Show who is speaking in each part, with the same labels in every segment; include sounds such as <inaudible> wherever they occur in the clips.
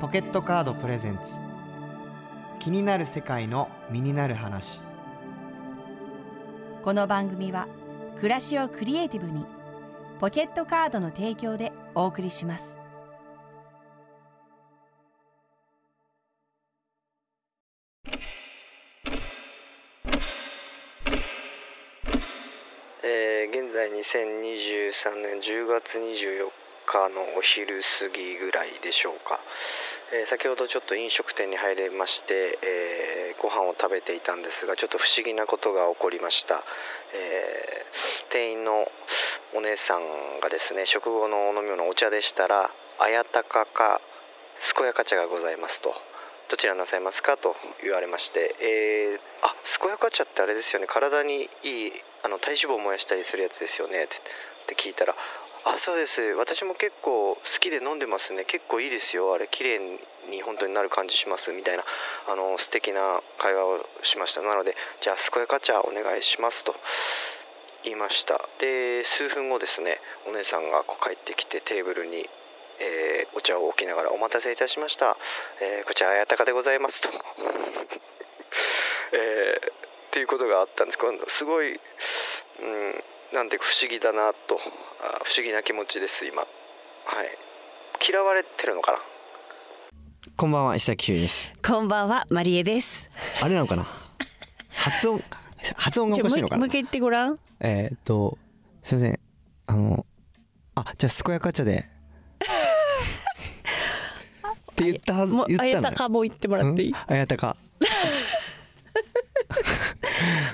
Speaker 1: ポケットカードプレゼンツ気になる世界の身になる話
Speaker 2: この番組は暮らしをクリエイティブにポケットカードの提供でお送りします
Speaker 3: えー現在2023年10月24日のお昼過ぎぐらいでしょうか、えー先ほどちょっと飲食店に入れまして、えーご飯を食べていたんですがちょっと不思議なことが起こりました、えー店員のお姉さんがですね食後のお飲み物お茶でしたら「あやたかか健やか茶がございます」と。どちらなさいますかと言われまして、えーあ健やか茶ってあれですよね体にいいあの体脂肪を燃やしたりするやつですよねってって聞いたら「あそうです私も結構好きで飲んでますね結構いいですよあれ綺麗に本当になる感じします」みたいなあの素敵な会話をしましたなので「じゃあ健やか茶お願いします」と言いましたで数分後ですねお姉さんがこう帰ってきてテーブルに、えーお茶を置きながら「お待たせいたしました、えーこちら綾鷹でございます」と。 <laughs> えーっていうことがあったんですこのすごい、うん、なんていうか不思議だなとあ不思議な気持ちです今はい嫌われてるのかな
Speaker 1: こんばんは石崎ひゅういです
Speaker 2: こんばんはマリエです
Speaker 1: あれなの
Speaker 3: <laughs>
Speaker 1: かな発音発音がおかしいのかな
Speaker 2: 回言ってごらん
Speaker 1: えーっとすいませんあのあじゃあ健やか茶でって言ったはず言ったのよ
Speaker 2: も言っても
Speaker 1: うんあやたか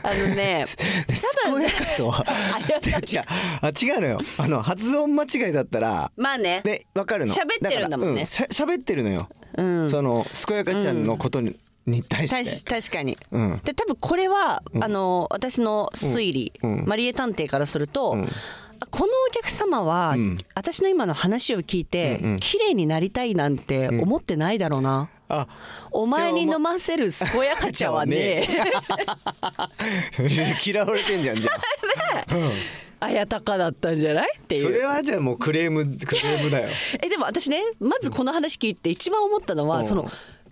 Speaker 2: あの <laughs> ね
Speaker 1: で健やかとは
Speaker 2: や
Speaker 1: <laughs>
Speaker 2: た
Speaker 1: 違うあ違うのよあの発音間違いだったら
Speaker 2: まあね
Speaker 1: ねわかるの
Speaker 2: 喋ってるんだもんね
Speaker 1: からうしゃ喋ってるのよ、
Speaker 2: うん
Speaker 1: その健やかちゃんのことに,、に対して
Speaker 2: たし確かに
Speaker 1: うん
Speaker 2: で多分これは、あの私の推理、
Speaker 1: うんうん
Speaker 2: マリエ探偵からすると、
Speaker 1: ん
Speaker 2: あこのお客様は、
Speaker 1: うん
Speaker 2: 私の今の話を聞いて、
Speaker 1: うんうん
Speaker 2: 綺麗になりたいなんて思ってないだろうな、
Speaker 1: あ <laughs>
Speaker 2: お前に飲ませる健やか茶はね <laughs>
Speaker 1: 嫌われてんじゃんじゃあ
Speaker 2: あやたかだったんじゃないって
Speaker 1: そ
Speaker 2: い
Speaker 1: れ
Speaker 2: う。
Speaker 1: はじゃあもうクレームクレームだよ
Speaker 2: えでも私ねまずこの話聞いて一番思ったのは、
Speaker 1: うん
Speaker 2: その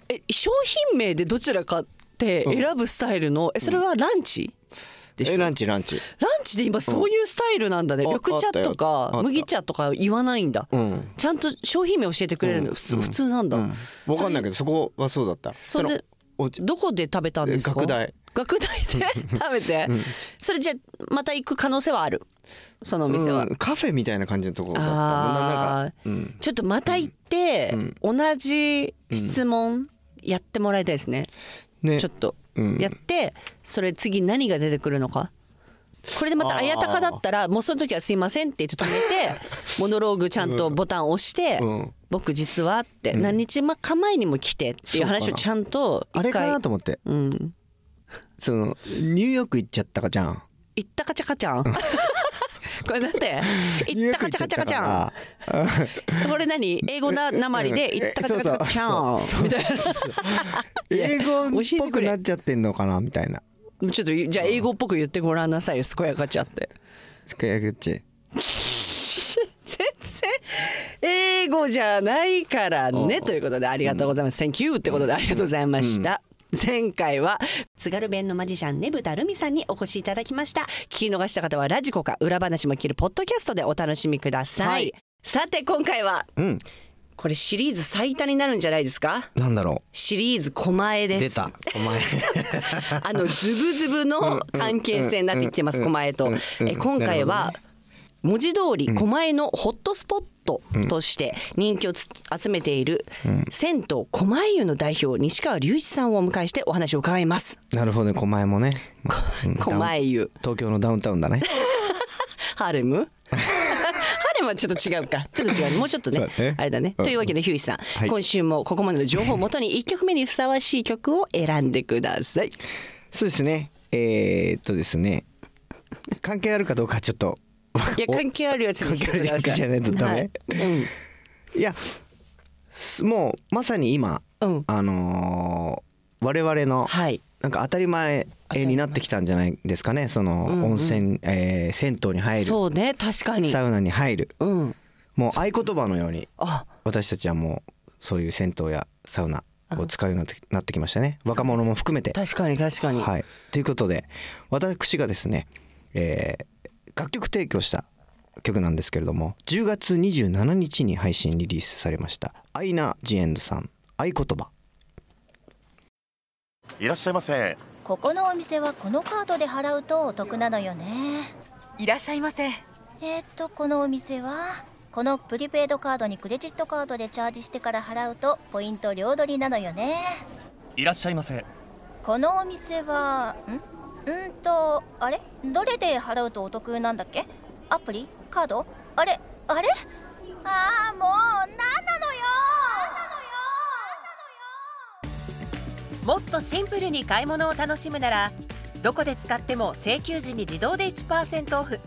Speaker 2: え商品名でどちらかって選ぶスタイルの、えそれはランチ、でしょ
Speaker 1: えランチランチ
Speaker 2: ランチで今そういうスタイルなんだね、
Speaker 1: うんあ
Speaker 2: 緑茶と
Speaker 1: あった
Speaker 2: か
Speaker 1: よ
Speaker 2: 麦茶とか言わないんだ、
Speaker 1: ん
Speaker 2: ちゃんと商品名教えてくれるの、普通普通なんだ、
Speaker 1: わかんないけどそこはそうだった
Speaker 2: それで
Speaker 1: のお
Speaker 2: どこで食べたんですか
Speaker 1: 学大
Speaker 2: 学大
Speaker 1: <laughs>
Speaker 2: で食べて、それじゃあまた行く可能性はあるそのお店は、
Speaker 1: うんカフェみたいな感じのところだったのな
Speaker 2: あ
Speaker 1: ん
Speaker 2: あ
Speaker 1: か、うん、
Speaker 2: ちょっとまた行って、同じ質問やってもらいたいですね、
Speaker 1: ね
Speaker 2: ちょっと
Speaker 1: うん
Speaker 2: やって、それ次何が出てくるのかこれでまた
Speaker 1: あー
Speaker 2: 綾鷹だったらもうその時は「すいません」って言って止めて
Speaker 1: <laughs>
Speaker 2: モノローグちゃんとボタン押して「
Speaker 1: うん
Speaker 2: 僕実は」って、何日まか前にも来てっていう話をちゃんと一回
Speaker 1: あれかなと思って
Speaker 2: うん
Speaker 1: そのニューヨーク行っちゃったかじゃん
Speaker 2: 行ったかちゃかち <laughs> ゃんこれな
Speaker 1: <laughs>
Speaker 2: んて
Speaker 1: ニューヨ
Speaker 2: 行っ
Speaker 1: ー
Speaker 2: た
Speaker 1: ク行
Speaker 2: か
Speaker 1: っ
Speaker 2: ちゃ
Speaker 1: ちゃ
Speaker 2: か
Speaker 1: っ
Speaker 2: ちゃか
Speaker 1: た
Speaker 2: ち
Speaker 1: か
Speaker 2: ゃん
Speaker 1: ら
Speaker 2: これ何英語ななまりで
Speaker 1: うん
Speaker 2: 行ったかちゃかちゃかちゃ
Speaker 1: えそう
Speaker 2: ん
Speaker 1: そうそう
Speaker 2: みたいな
Speaker 1: 英語っぽくなっちゃってんのかなみたいな
Speaker 2: ちょっとじゃあ英語っぽく言ってごらんなさいよ健やかちゃんって
Speaker 1: スクエアグッチ
Speaker 2: 全然英語じゃないからねということでありがとうございます、Thank you ってことでありがとうございました、前回は津軽弁のマジシャンねぶたるみさんにお越しいただきました聞き逃した方はラジコか裏話も聞けるポッドキャストでお楽しみください、
Speaker 1: はい
Speaker 2: さて今回は
Speaker 1: うん
Speaker 2: これシリーズ最多になるんじゃないですか
Speaker 1: なんだろ
Speaker 2: シリーズ狛江
Speaker 1: う
Speaker 2: です
Speaker 1: 出たお前 <laughs>
Speaker 2: あのズブズブの関係性になってきてます
Speaker 1: うんうんうん
Speaker 2: 狛江と
Speaker 1: うん。うん
Speaker 2: え今回は
Speaker 1: なる
Speaker 2: 文字通り狛江のホットスポットとして人気をつ集めている銭湯狛江湯の代表西川隆一さんをお迎えしてお話を伺います。
Speaker 1: なるほどね狛江もねうん
Speaker 2: 狛江湯
Speaker 1: 東京のダウンタウンだね
Speaker 2: ハ
Speaker 1: <laughs>
Speaker 2: ーレムハーレムはちょっと違うかちょっと違うもうちょっとね
Speaker 1: <laughs> そうだね
Speaker 2: あれだね、
Speaker 1: うん
Speaker 2: というわけでヒューイさん、
Speaker 1: い
Speaker 2: 今週もここまでの情報をもとに1曲目にふさわしい曲を選んでください
Speaker 1: そうですねえー、っとですね関係あるかどうかちょっと
Speaker 2: いや
Speaker 1: <laughs> お
Speaker 2: 関係あるやつにしてくだ
Speaker 1: 関係
Speaker 2: さ
Speaker 1: あ
Speaker 2: い
Speaker 1: るやつじゃないとダメ
Speaker 2: はいうん
Speaker 1: いやすもうまさに今、
Speaker 2: うん
Speaker 1: あのー我々の
Speaker 2: はい
Speaker 1: なんか当たり前になってきたんじゃないですかねその温泉、えー銭湯に入る
Speaker 2: そうね確かに
Speaker 1: サウナに入る
Speaker 2: うん
Speaker 1: もう合言葉のように
Speaker 2: あ
Speaker 1: 私たちはもうそういう銭湯やサウナを使うようになってなってきましたね若者も含めて。
Speaker 2: 確かに確かに、
Speaker 1: はい、ということで私がですね、えー楽曲提供した曲なんですけれども10月27日に配信リリースされましたアイナ・ジ・エンドさん「合言葉
Speaker 4: いらっしゃいませ
Speaker 5: ここのお店はこのカードで払うとお得なのよね
Speaker 6: いらっしゃいませ
Speaker 5: えーっとこのお店はこのプリペイドカードにクレジットカードでチャージしてから払うとポイント両取りなのよね
Speaker 4: いらっしゃいませ
Speaker 5: このお店はんうんとあれどれで払うとお得なんだっけアプリカードあれあれああもうなんなのよ
Speaker 7: もっとシンプルに買い物を楽しむならどこで使っても請求時に自動で1%オフ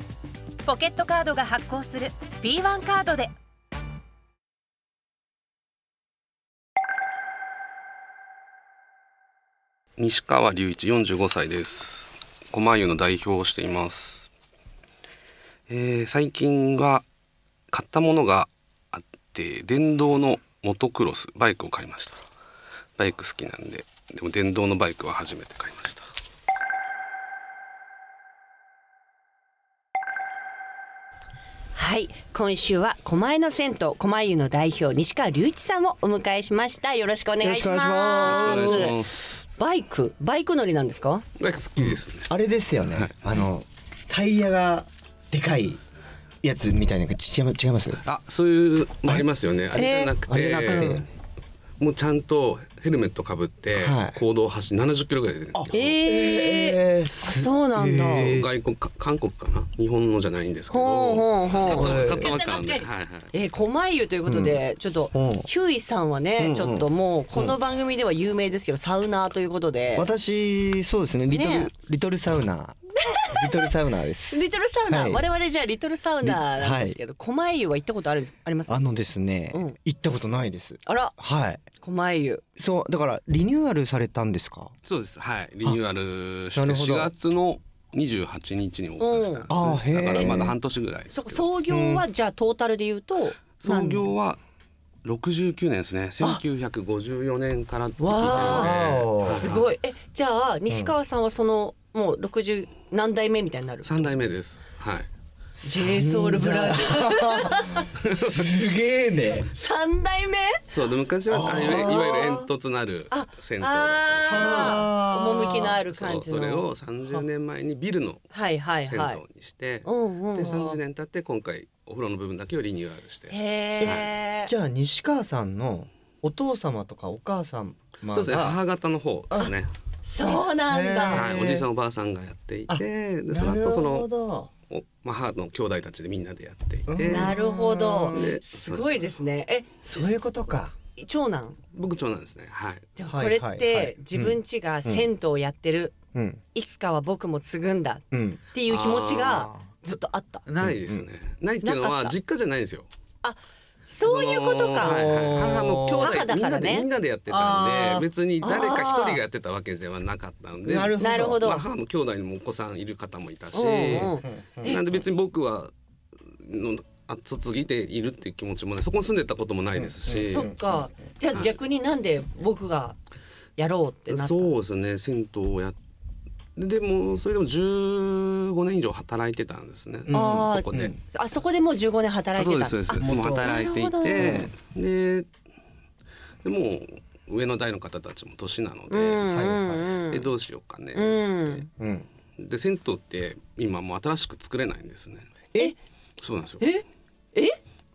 Speaker 7: ポケットカードが発行する B1 カードで
Speaker 8: 西川隆一45歳です狛湯の代表をしています、えー最近は買ったものがあって電動のモトクロスバイクを買いましたバイク好きなんででも電動のバイクは初めて買いました
Speaker 2: はい今週は狛江の銭湯狛江湯の代表西川隆一さんをお迎えしましたよろしくお願いしま
Speaker 8: お
Speaker 2: す
Speaker 8: 願いします
Speaker 2: バイクバイク乗りなんですか
Speaker 8: バイク好きですね
Speaker 1: あれですよね、あのタイヤがでかいやつみたいなち違いま違います
Speaker 8: あそういうのありますよねあれじゃなく
Speaker 1: あれじゃなくて
Speaker 8: てもうちゃんとヘルメットかぶって
Speaker 1: はい
Speaker 8: 行動走って70キロぐらいで
Speaker 2: えー、え
Speaker 1: えー
Speaker 2: そうなんだ、
Speaker 1: え
Speaker 8: 外国か韓国かな日本のじゃないんですけど
Speaker 2: ほうほうほう
Speaker 8: 買った買ったば
Speaker 2: 買
Speaker 8: っか
Speaker 2: ったばっかり
Speaker 8: なんではいはい
Speaker 2: えー、狛江湯ということで、ちょっと、
Speaker 1: うん
Speaker 2: ヒューイさんはね、ちょっともうこの番組では有名ですけど、サウナーということで
Speaker 1: 私そうですねリトル
Speaker 2: ね
Speaker 1: リトルサウナリトルサウナーです
Speaker 2: リトルサウナ、
Speaker 1: はい
Speaker 2: 我々じゃあリトルサウナーなんですけど、狛江湯は行ったことあるあります
Speaker 1: あのですね、
Speaker 2: うん
Speaker 1: 行ったことないです
Speaker 2: あら
Speaker 1: はい
Speaker 2: 狛江湯
Speaker 1: そうだからリニューアルされたんですか
Speaker 8: そうですはいリニューアルし
Speaker 1: な
Speaker 8: て
Speaker 1: るほど
Speaker 8: 4月の28日にオープンしたんですね
Speaker 1: うんあーへー
Speaker 8: だからまだ半年ぐらいです
Speaker 2: そ
Speaker 8: けど
Speaker 2: 創業はじゃあトータルで言うと
Speaker 8: 創業は69年ですね1954年からって聞いてるの
Speaker 1: わー
Speaker 8: で
Speaker 2: 何年すごいえじゃあ西川さんはその、もう60何代目みたいになる
Speaker 8: 3代目ですはい
Speaker 2: j ソウルブラザー
Speaker 1: すげえね
Speaker 2: 3代目
Speaker 8: そうで昔はああいういわゆる煙突なる
Speaker 2: あ
Speaker 8: 銭湯だっ
Speaker 2: あー趣のあ
Speaker 8: たん
Speaker 2: る
Speaker 8: ですけ
Speaker 2: 感
Speaker 8: ど
Speaker 2: じ
Speaker 8: そ
Speaker 2: の
Speaker 8: うそれを30年前にビルの
Speaker 2: はいはい
Speaker 8: 銭
Speaker 2: はい
Speaker 8: 湯にしてで
Speaker 2: うんうんうん
Speaker 8: 30年経って今回お風呂の部分だけをリニューアルして
Speaker 2: へえ
Speaker 1: じゃあ西川さんのお父様とかお母様が
Speaker 8: そうですね母方の方ですね
Speaker 2: そうなんだ
Speaker 1: へ
Speaker 8: はい、
Speaker 1: ー
Speaker 8: おじいさんおばあさんがやってい
Speaker 1: あ
Speaker 8: てでその
Speaker 1: なる
Speaker 8: 後そ
Speaker 1: ほ
Speaker 8: の、
Speaker 1: ど
Speaker 8: おまあ、母の兄弟たちでみんなでやっていて
Speaker 1: うん
Speaker 2: なるほど
Speaker 8: ね
Speaker 2: すごいですねえ
Speaker 1: そういうことか
Speaker 2: 長男
Speaker 8: 僕長男ですねはい
Speaker 2: でもこ
Speaker 1: はい
Speaker 2: れ
Speaker 1: はい
Speaker 2: っ
Speaker 1: はい
Speaker 2: て自分家が銭湯をやってる
Speaker 1: うん
Speaker 2: いつかは僕も継ぐんだ
Speaker 1: うん
Speaker 2: っていう気持ちがずっとあった
Speaker 8: ないですね、ないっていうの
Speaker 2: なか
Speaker 8: は
Speaker 2: った
Speaker 8: 実家じゃないんですよ
Speaker 2: そういうことか
Speaker 8: そのはいはい母の兄
Speaker 2: 母
Speaker 8: 弟
Speaker 2: だ
Speaker 8: みん
Speaker 2: か
Speaker 8: な
Speaker 2: ら
Speaker 8: で、
Speaker 2: ね
Speaker 8: みんなでやって
Speaker 1: あ
Speaker 8: た
Speaker 1: ー
Speaker 8: んで別に誰か一人がやってたわけではなかったんで
Speaker 1: なるほど
Speaker 2: なるほど
Speaker 8: まあ、母の兄弟にもお子さんいる方もいたし、
Speaker 2: うんうん
Speaker 8: なんで別に僕はの後継ぎでいるっていう気持ちもないそこに住んでたこともないですし、
Speaker 2: そっかじゃあ逆になんで僕がやろうってなった
Speaker 8: そうですね銭湯をやっででもそれでも15年以上働いてたんですね、
Speaker 1: うん
Speaker 2: あー
Speaker 8: そこで、
Speaker 1: うん
Speaker 2: あそこでもう15年
Speaker 8: あ
Speaker 2: 働いて
Speaker 8: そう
Speaker 2: た
Speaker 8: ですそうです
Speaker 1: あ
Speaker 8: もう働いてい
Speaker 2: なる
Speaker 8: てででもう上の代の方たちも年なので、
Speaker 2: うんうんうん
Speaker 8: えどうしようかね、
Speaker 2: うん
Speaker 1: うん
Speaker 8: で銭湯って今もう新しく作れないんですね
Speaker 1: え
Speaker 8: そうなんですよ
Speaker 2: ええ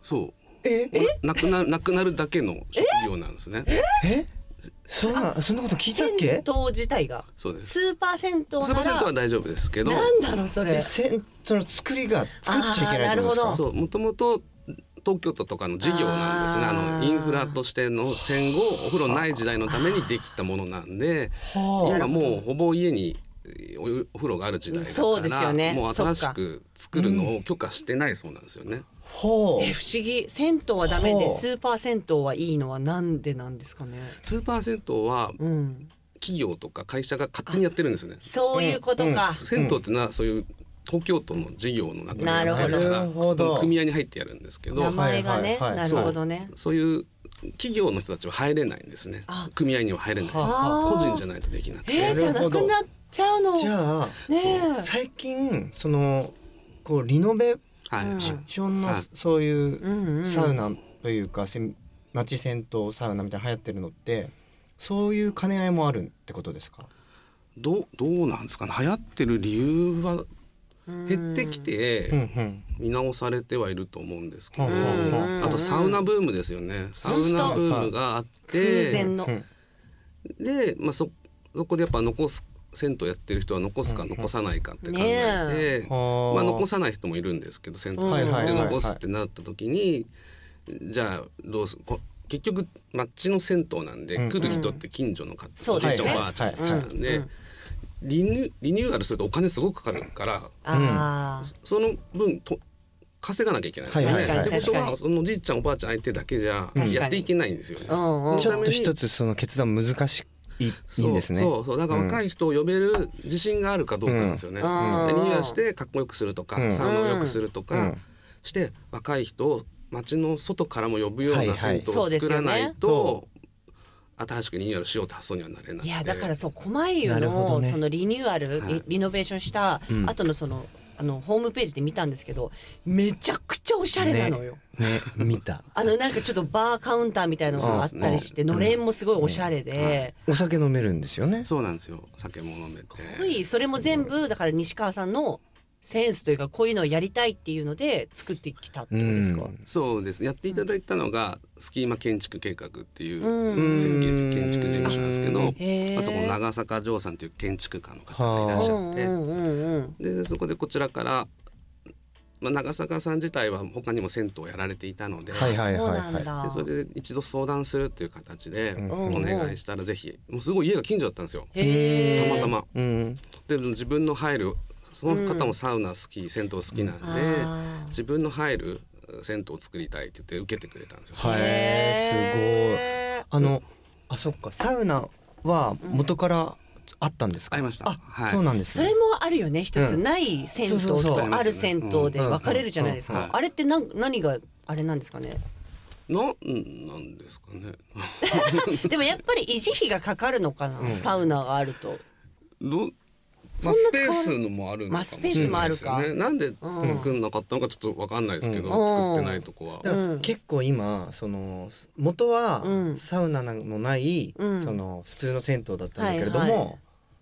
Speaker 8: そう
Speaker 1: え
Speaker 8: もうなくななくなるだけの職業なんですね
Speaker 1: えそんなそんなこと聞いたっ
Speaker 2: 銭湯
Speaker 1: け
Speaker 2: 自体が
Speaker 8: そうです
Speaker 2: スーパー銭湯
Speaker 8: スーパー銭湯は
Speaker 2: な
Speaker 8: 大丈夫ですけど
Speaker 2: らなんだろうそれ
Speaker 1: えせんその作りが作っちゃいけないってことです
Speaker 2: あーなるほど
Speaker 1: か
Speaker 8: そうもともと東京都とかの事業なんですねあ
Speaker 2: あー
Speaker 8: のインフラとしての戦後お風呂ない時代のためにできたものなんで今もうほぼ家にえーお湯お風呂がある時代だから
Speaker 2: そうですよね
Speaker 8: もう新しく作るのを許可してないそうなんですよね。
Speaker 1: ほ
Speaker 2: え不思議銭湯はダメで
Speaker 1: ほう
Speaker 2: スーパー銭湯はいいのはなんでなんですかね
Speaker 8: スーパー銭湯は
Speaker 2: うん
Speaker 8: 企業とか会社が勝手にやってるんですね。
Speaker 2: そういうことか、
Speaker 8: 銭湯っていうのはそういう東京都の事業の中に
Speaker 2: なるほど
Speaker 8: だから
Speaker 1: なるほど
Speaker 8: その組合に入ってやるんですけど
Speaker 2: 名前がね、
Speaker 1: はいはいはい
Speaker 2: なるほどね
Speaker 8: そういう企業の人たちは入れないんですね
Speaker 2: あ
Speaker 8: 組合には入れない
Speaker 2: あ
Speaker 8: 個人じゃないとできなくて、
Speaker 2: えー、じゃなくなっちゃうの。
Speaker 1: じゃあ
Speaker 2: ねえ。
Speaker 1: 最近そのこうリノベ
Speaker 8: はい、
Speaker 2: うん
Speaker 1: ーションの
Speaker 8: はい
Speaker 1: そういう
Speaker 2: うんうん
Speaker 1: サウナというかセミ街銭湯サウナみたいなの流行ってるのってそういう兼ね合いもあるってことですか
Speaker 8: どうどうなんですかね流行ってる理由は減ってき
Speaker 1: う
Speaker 8: て
Speaker 1: ん
Speaker 8: 見直されてはいると思うんですけど、
Speaker 1: うん
Speaker 2: うん
Speaker 8: あとサウナブームですよねサウナブームがあっ
Speaker 2: 空前
Speaker 8: て
Speaker 2: の
Speaker 1: う。ん
Speaker 8: で、まあ、そそこでやっぱ残す銭湯やってる人は残すか残さないかって考
Speaker 2: ね
Speaker 8: えて、
Speaker 1: は
Speaker 8: まあ、残
Speaker 1: す
Speaker 8: さない人もいるんですけど銭湯
Speaker 1: はい
Speaker 8: や
Speaker 1: はいは
Speaker 8: って
Speaker 1: いはい
Speaker 8: 残すってなった時にじゃあどうすこ結局街の銭湯なんで、
Speaker 1: うん
Speaker 8: 来る人って近所の方、
Speaker 2: そう
Speaker 8: おじいちゃん、
Speaker 2: ですね
Speaker 8: おばあちゃんたちなんで、
Speaker 2: はいうん
Speaker 8: リニューリニューアルするとお金すごくかかるから
Speaker 2: あー
Speaker 8: その分と稼がなきゃいけないですよね。
Speaker 1: はいはいはい
Speaker 8: ってこと
Speaker 2: 確か
Speaker 8: は
Speaker 2: に
Speaker 8: そのおじいちゃんおばあちゃん相手だけじゃ
Speaker 1: 確かに
Speaker 8: やっていけないんですよね。
Speaker 2: うんうん。
Speaker 1: ちょっと
Speaker 8: ちなみ
Speaker 1: 一
Speaker 8: に
Speaker 1: つその決断難しいいいんですね
Speaker 8: そうそうそうだから若い人を呼べる自信があるかどうかなんですよね。
Speaker 2: うん
Speaker 8: でリニューアルしてかっこよくするとか、
Speaker 1: うん
Speaker 8: サウナを良くするとか、
Speaker 1: うん
Speaker 8: して若い人を街の外からも呼ぶよう
Speaker 1: はいは
Speaker 8: ない銭湯
Speaker 2: そ
Speaker 8: を
Speaker 2: うです
Speaker 8: 作
Speaker 2: よ
Speaker 8: ら
Speaker 2: ね
Speaker 8: ないと、新しくリニューアルしようって発想にはなれない
Speaker 2: いやだから
Speaker 8: そ
Speaker 2: そう狛湯
Speaker 1: なるほど
Speaker 2: の
Speaker 1: ね
Speaker 2: そのリニューアル、
Speaker 8: はい
Speaker 2: リリノベーションした
Speaker 1: うん
Speaker 2: 後のその、あのホームページで見たんですけどめちゃくちゃおしゃれなのよ。
Speaker 1: ね見た
Speaker 2: あのなんかちょっとバーカウンターみたいなのがあったりして、
Speaker 1: そうですね
Speaker 2: のれんもすごいおしゃれで、
Speaker 1: お酒飲めるんですよね
Speaker 8: うなんですよ酒も飲め
Speaker 2: すごい
Speaker 8: て
Speaker 2: それも全部だから西川さんのセンスというかこういうのをやりたいっていうので作ってきたってことですか。
Speaker 1: うん
Speaker 8: そうですやっていただいたのがスキーマ建築計画っていううん設計士建築事務所なんですけ
Speaker 1: う
Speaker 8: ど
Speaker 1: ん、
Speaker 2: へえ。
Speaker 8: まあ、そこ長坂城さんという建築家の方がいらっしゃって。
Speaker 2: うんうんうんうん
Speaker 8: でそこでこちらから、まあ、長坂さん自体は他にも銭湯をやられていたので,、
Speaker 1: はいはい
Speaker 2: そう
Speaker 1: はい
Speaker 2: な
Speaker 1: は
Speaker 2: ん
Speaker 1: い
Speaker 2: だ。
Speaker 8: でそれで一度相談するっていう形で
Speaker 1: うん
Speaker 8: お願いしたらぜひもうすごい家が近所だったんですよ
Speaker 2: へ
Speaker 8: た
Speaker 2: え。
Speaker 8: またま。
Speaker 1: うん
Speaker 8: で自分の入るその方もサウナ好き、銭湯好きなんで
Speaker 2: あー
Speaker 8: 自分の入る銭湯を作りたいって言って受けてくれたんですよ。
Speaker 1: はいへ
Speaker 2: え
Speaker 1: あのあそっかサウナは元からあったんですか、
Speaker 8: ありました
Speaker 1: あ、
Speaker 8: はい
Speaker 1: そうなんです
Speaker 2: そ
Speaker 1: ね
Speaker 2: れもあるよね一つ、
Speaker 1: うん
Speaker 2: ない銭湯
Speaker 1: そうそうそう
Speaker 2: とある銭湯で分かれるじゃないです
Speaker 8: うん
Speaker 2: か
Speaker 8: う、んうん
Speaker 2: あれってなん何があれなんですかね
Speaker 8: なんなんですかね
Speaker 2: でもやっぱり維持費がかかるのかな、
Speaker 1: うん
Speaker 2: サウナがあると
Speaker 8: どう
Speaker 2: そ
Speaker 8: ま
Speaker 2: ん
Speaker 8: あ、
Speaker 2: な
Speaker 8: ス
Speaker 2: 使
Speaker 8: ペ
Speaker 2: わ
Speaker 8: ースのもあるのかもしれないですよね
Speaker 2: まあスペースもあるか
Speaker 8: なんで
Speaker 2: うん
Speaker 8: 作んなかったのかちょっとわかんないですけど、
Speaker 2: うん
Speaker 8: 作ってないとこは
Speaker 1: だから
Speaker 2: うん
Speaker 1: 結構今その元
Speaker 2: う
Speaker 1: は
Speaker 2: ん
Speaker 1: サウナのない、
Speaker 2: うん
Speaker 1: その普通の銭湯だったんだけれども、
Speaker 2: はいは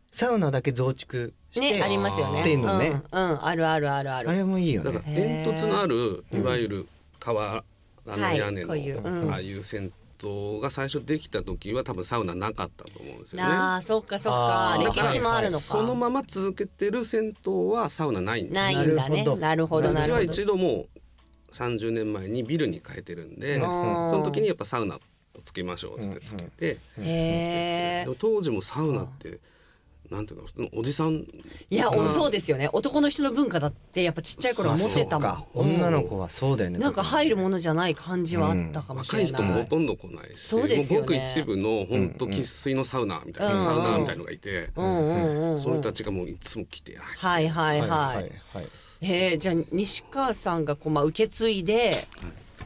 Speaker 1: サウナだけ増築して、
Speaker 2: ねありますよね
Speaker 1: っていうのね
Speaker 2: うん、うんあるあるあるあ
Speaker 1: あ
Speaker 2: る
Speaker 1: れもいいよ
Speaker 8: だか
Speaker 1: ね
Speaker 8: ら。煙突のあるいわゆる瓦の屋根の、
Speaker 2: はいこういううん
Speaker 8: ああいう銭湯が最初できた時は多分サウナなかったと思うんですよね。
Speaker 2: なあそっかそっか
Speaker 1: あー
Speaker 2: 歴史もあるのか、
Speaker 8: そのまま続けてる銭湯はサウナないんです
Speaker 2: ないんだねな
Speaker 1: な
Speaker 2: るほどな
Speaker 8: うち
Speaker 2: る
Speaker 8: は
Speaker 2: ほど
Speaker 8: 一度もう30年前にビルに変えてるん
Speaker 1: う
Speaker 8: で
Speaker 1: ん
Speaker 8: そ
Speaker 2: うん
Speaker 8: の時にやっぱサウナをつけましょうっつってつけて。
Speaker 2: へ
Speaker 8: で
Speaker 2: え
Speaker 8: も当時もサウナってなんていうの普通のおじさん
Speaker 2: いや
Speaker 8: うん
Speaker 2: そうですよね男の人の文化だってやっぱちっちゃい頃は持ってたも
Speaker 1: あ
Speaker 2: ん
Speaker 1: そうか女の子はそうだよね。
Speaker 2: なんか入るものじゃない感じはあったかもし
Speaker 8: 若
Speaker 2: れないい、
Speaker 8: 人もほとんど来ないし
Speaker 2: そうですよね
Speaker 8: もうごく一部の本当
Speaker 1: うんうん
Speaker 8: 生粋のサウナーみたいな、
Speaker 2: うん
Speaker 8: サウナーみたいのがいて、
Speaker 2: うんうんうんうん、
Speaker 8: その人たちがもういつも来て、
Speaker 2: はいはいはい、
Speaker 1: はい。
Speaker 2: へえじゃあ西川さんがこう、まあ、受け継いで、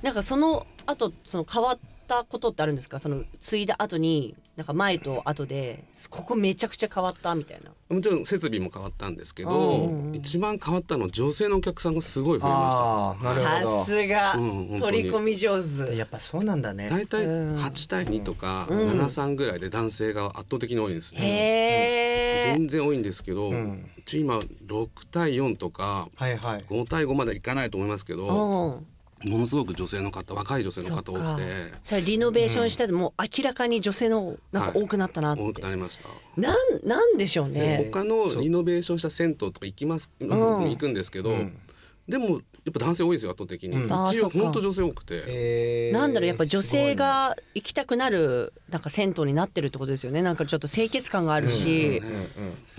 Speaker 2: なんかその後その変わったことってあるんですかその継いだ後になんか前と後でここめちゃくちゃ変わったみたいな
Speaker 8: もちろん設備も変わったんですけ
Speaker 2: う
Speaker 8: ど、
Speaker 2: んうんうん
Speaker 8: 一番変わったのは女性のお客さんがすごい増えま
Speaker 1: ああ、なる
Speaker 2: さ
Speaker 1: ほ
Speaker 2: すが、
Speaker 8: うん本当に
Speaker 2: 取り込み上
Speaker 1: ど。で
Speaker 2: 手
Speaker 1: やっぱそうなんだ
Speaker 8: した大
Speaker 1: ね。
Speaker 8: 体
Speaker 2: うん
Speaker 8: 8対2とか
Speaker 2: うん
Speaker 8: 73ぐらいで男性が圧倒的に多いんです
Speaker 2: へ
Speaker 8: ね、
Speaker 2: え、
Speaker 8: 全然多いんですけど、
Speaker 1: う
Speaker 8: うんち今6対4とか
Speaker 1: はいはい。
Speaker 8: 5対5まではいかないと思いますけど、
Speaker 2: うん
Speaker 8: ものすごく女性の方若い女性の方多
Speaker 2: そっか
Speaker 8: くて
Speaker 2: それリノベーションしたらもう明らかに女性のなんか多くなったなって、
Speaker 8: 多くなりました、
Speaker 2: なんなんでしょう
Speaker 8: で
Speaker 2: ね
Speaker 8: 他のリノベーションした銭湯とか行きます、行くんですけど、
Speaker 1: うん
Speaker 8: でもやっぱ男性多いですよ圧倒的に、
Speaker 1: うん
Speaker 8: う
Speaker 2: あー
Speaker 8: ち
Speaker 2: そっ
Speaker 8: は
Speaker 2: か
Speaker 8: 本当女性多くて、
Speaker 2: なんだろうやっぱ女性が行きたくなるなんか銭湯になってるってことですよねなんかちょっと清潔感があるし、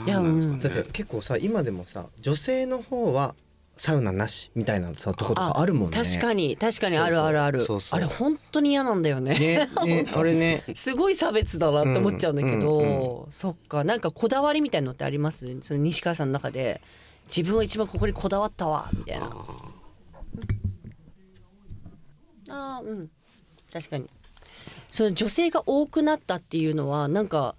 Speaker 1: うんうん。
Speaker 8: なんなんですかね
Speaker 1: だって結構さ今でもさ女性の方はサウナなしみたいなさとことかあるもんね。
Speaker 2: 確か
Speaker 1: に
Speaker 2: に確かにあるあるある
Speaker 1: そうそうそうそう
Speaker 2: あれ本当に嫌なんだよね
Speaker 1: ねねあれね。
Speaker 2: <laughs> すごい差別だなって思っちゃうんだけど、
Speaker 1: うん
Speaker 2: そっかなんかこだわりみたいのってありますその西川さんの中で自分は一番ここにこだわったわみたいなあーうん確かにその女性が多くなったっていうのはなんか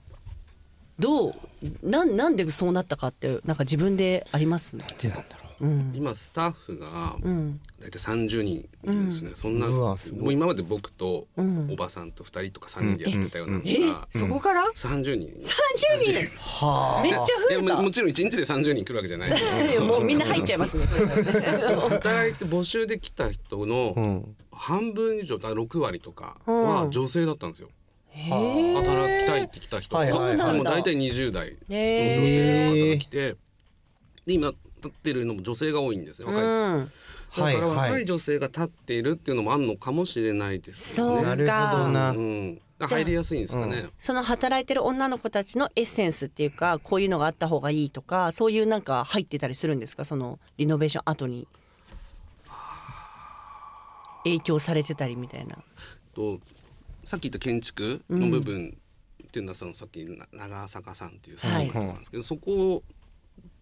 Speaker 2: どうなんなんでそうなったかってなんか自分であります
Speaker 1: てなんだろ
Speaker 2: うん
Speaker 8: 今スタッフが
Speaker 2: うん
Speaker 8: 大体30人いるんですね、そんな
Speaker 1: うわすごい
Speaker 8: もう今まで僕と
Speaker 2: うん
Speaker 8: おばさんと2人とか3人でやってたようなのが、
Speaker 2: えそこから
Speaker 8: 30人
Speaker 2: 30人
Speaker 1: は
Speaker 2: めっちゃ
Speaker 8: い
Speaker 2: 増
Speaker 8: や
Speaker 2: え
Speaker 8: も
Speaker 2: た
Speaker 8: もちろん1日で30人来るわけじゃないんですけ
Speaker 2: <laughs>
Speaker 8: ど
Speaker 2: もうみんな入っちゃいますね。これからね
Speaker 8: 働いて募集で来た人
Speaker 1: う
Speaker 8: の
Speaker 1: ん
Speaker 8: 半分以上だ6割とかは女性だったんですよ、
Speaker 2: へー
Speaker 8: 働きたいって来た人
Speaker 1: はいはいはい
Speaker 8: でも大体20代の
Speaker 2: へ
Speaker 8: 女性の方が来て、で今立ってるのも女性が多いんですよ
Speaker 2: う
Speaker 8: 若い、
Speaker 2: ん、
Speaker 8: だから
Speaker 1: はいは
Speaker 8: 若
Speaker 1: い
Speaker 8: い女性が立っているっていうのもあんのかもしれないですよ
Speaker 2: そう
Speaker 8: ね。
Speaker 1: な
Speaker 2: か
Speaker 1: るほどな
Speaker 8: うん、入りやすいんですかね。
Speaker 2: その働いてる女の子たちのエッセンスっていうかこういうのがあった方がいいとかそういうなんか入ってたりするんですかそのリノベーション後に影響されてたりみたいな。
Speaker 8: とさっき言った建築の部分っていうのはそのさっきな長坂さんっていうスタッフなんですけど、そこ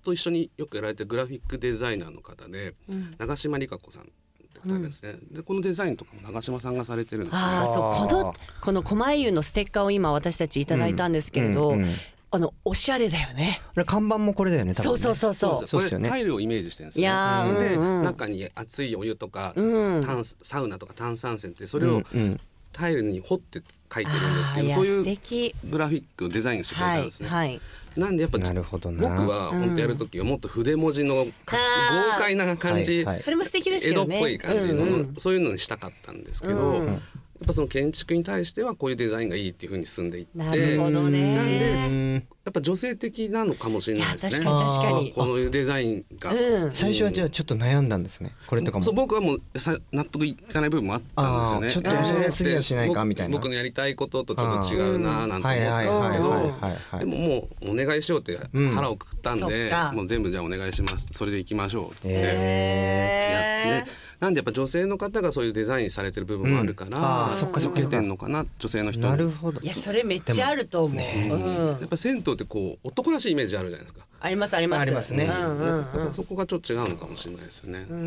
Speaker 8: と一緒によくやられてるグラフィックデザイナーの方で、長島理香子さんって方ですね、でこのデザインとかも長島さんがされてるんですね。
Speaker 2: ああそう
Speaker 1: あー
Speaker 2: このこの狛江湯のステッカーを今私たちいただいたんですけれど、
Speaker 1: うんうん
Speaker 2: あのおしゃれだよね。
Speaker 1: 看板もこれだよね多分ね
Speaker 2: そうそうそう
Speaker 8: そう
Speaker 2: そ
Speaker 1: そ
Speaker 2: う。
Speaker 8: ですよ
Speaker 1: うっすよ
Speaker 8: こ
Speaker 1: ね
Speaker 8: れタイルをイメージしてるんです
Speaker 2: いやー
Speaker 8: ね。で、
Speaker 2: うんうん
Speaker 8: 中に熱いお湯とか、
Speaker 2: うん
Speaker 8: 炭サウナとか炭酸泉ってそれ
Speaker 1: う
Speaker 8: を
Speaker 1: んうん
Speaker 8: タイルに彫って書いてるんですけ
Speaker 2: あー
Speaker 8: ど、
Speaker 2: いや
Speaker 8: そうい
Speaker 2: 素
Speaker 8: う
Speaker 2: 敵
Speaker 8: グラフィックをデザインしてくれたんですね。
Speaker 2: はいはい。
Speaker 8: なんでやっぱ
Speaker 1: なるほどな
Speaker 8: 僕は本当やる時はもっと筆文字のか
Speaker 2: あー
Speaker 8: 豪快な感じ、
Speaker 1: はいはい
Speaker 2: それも素敵です
Speaker 8: 江戸
Speaker 2: よ
Speaker 8: っ
Speaker 2: ね。
Speaker 8: ぽい感じ
Speaker 2: う
Speaker 8: の、
Speaker 2: んうん
Speaker 8: そういうのにしたかったんですけど、
Speaker 2: うん
Speaker 8: やっぱその建築に対してはこういうデザインがいいっていうふうに進んでいって
Speaker 2: なるほどね。
Speaker 8: なんで
Speaker 1: うん
Speaker 8: やっぱ女性的なのかもしれ
Speaker 2: いや
Speaker 8: ない
Speaker 2: 確
Speaker 8: で
Speaker 2: かに
Speaker 8: すね。
Speaker 2: 確かに。
Speaker 8: このいうデザインが、
Speaker 2: うん。
Speaker 1: 最初はじゃあちょっと悩んだんですねこれとかも
Speaker 8: そう僕はもうさ納得いかない部分もあったんですよね。
Speaker 1: あーちょっとおし
Speaker 8: や
Speaker 1: ゃれすぎやしないか
Speaker 8: 僕
Speaker 1: みたいな
Speaker 8: 僕のやりたいこととちょっと違うなーなんて
Speaker 1: はいはい
Speaker 8: 思
Speaker 1: は
Speaker 8: っ
Speaker 1: い
Speaker 8: たん
Speaker 1: は
Speaker 8: で
Speaker 1: い
Speaker 8: すけ
Speaker 1: はいは
Speaker 8: ど、で
Speaker 1: い
Speaker 8: ももうお願いしようって
Speaker 1: うん
Speaker 8: 腹をくくったん
Speaker 2: そっ
Speaker 8: で、
Speaker 2: か
Speaker 8: もう全部じゃあお願いしますそれで行きましょうっつって、
Speaker 1: え
Speaker 8: やってなんでやっぱ女性の方がそういうデザインされてる部分もあるから、
Speaker 1: うんあーそっかそっか
Speaker 8: 受けてんのかな女性の
Speaker 1: ー
Speaker 8: 人も
Speaker 1: なるほど
Speaker 2: いやそれめっちゃあると思う。うん
Speaker 8: やっぱ銭湯ってこう男らしいイメージあるじゃないですか。
Speaker 2: ありますあります。
Speaker 1: ありますね
Speaker 2: うんうんうん。
Speaker 8: そこがちょっと違うのかもしれないですよ
Speaker 1: な
Speaker 8: ね。
Speaker 1: るほど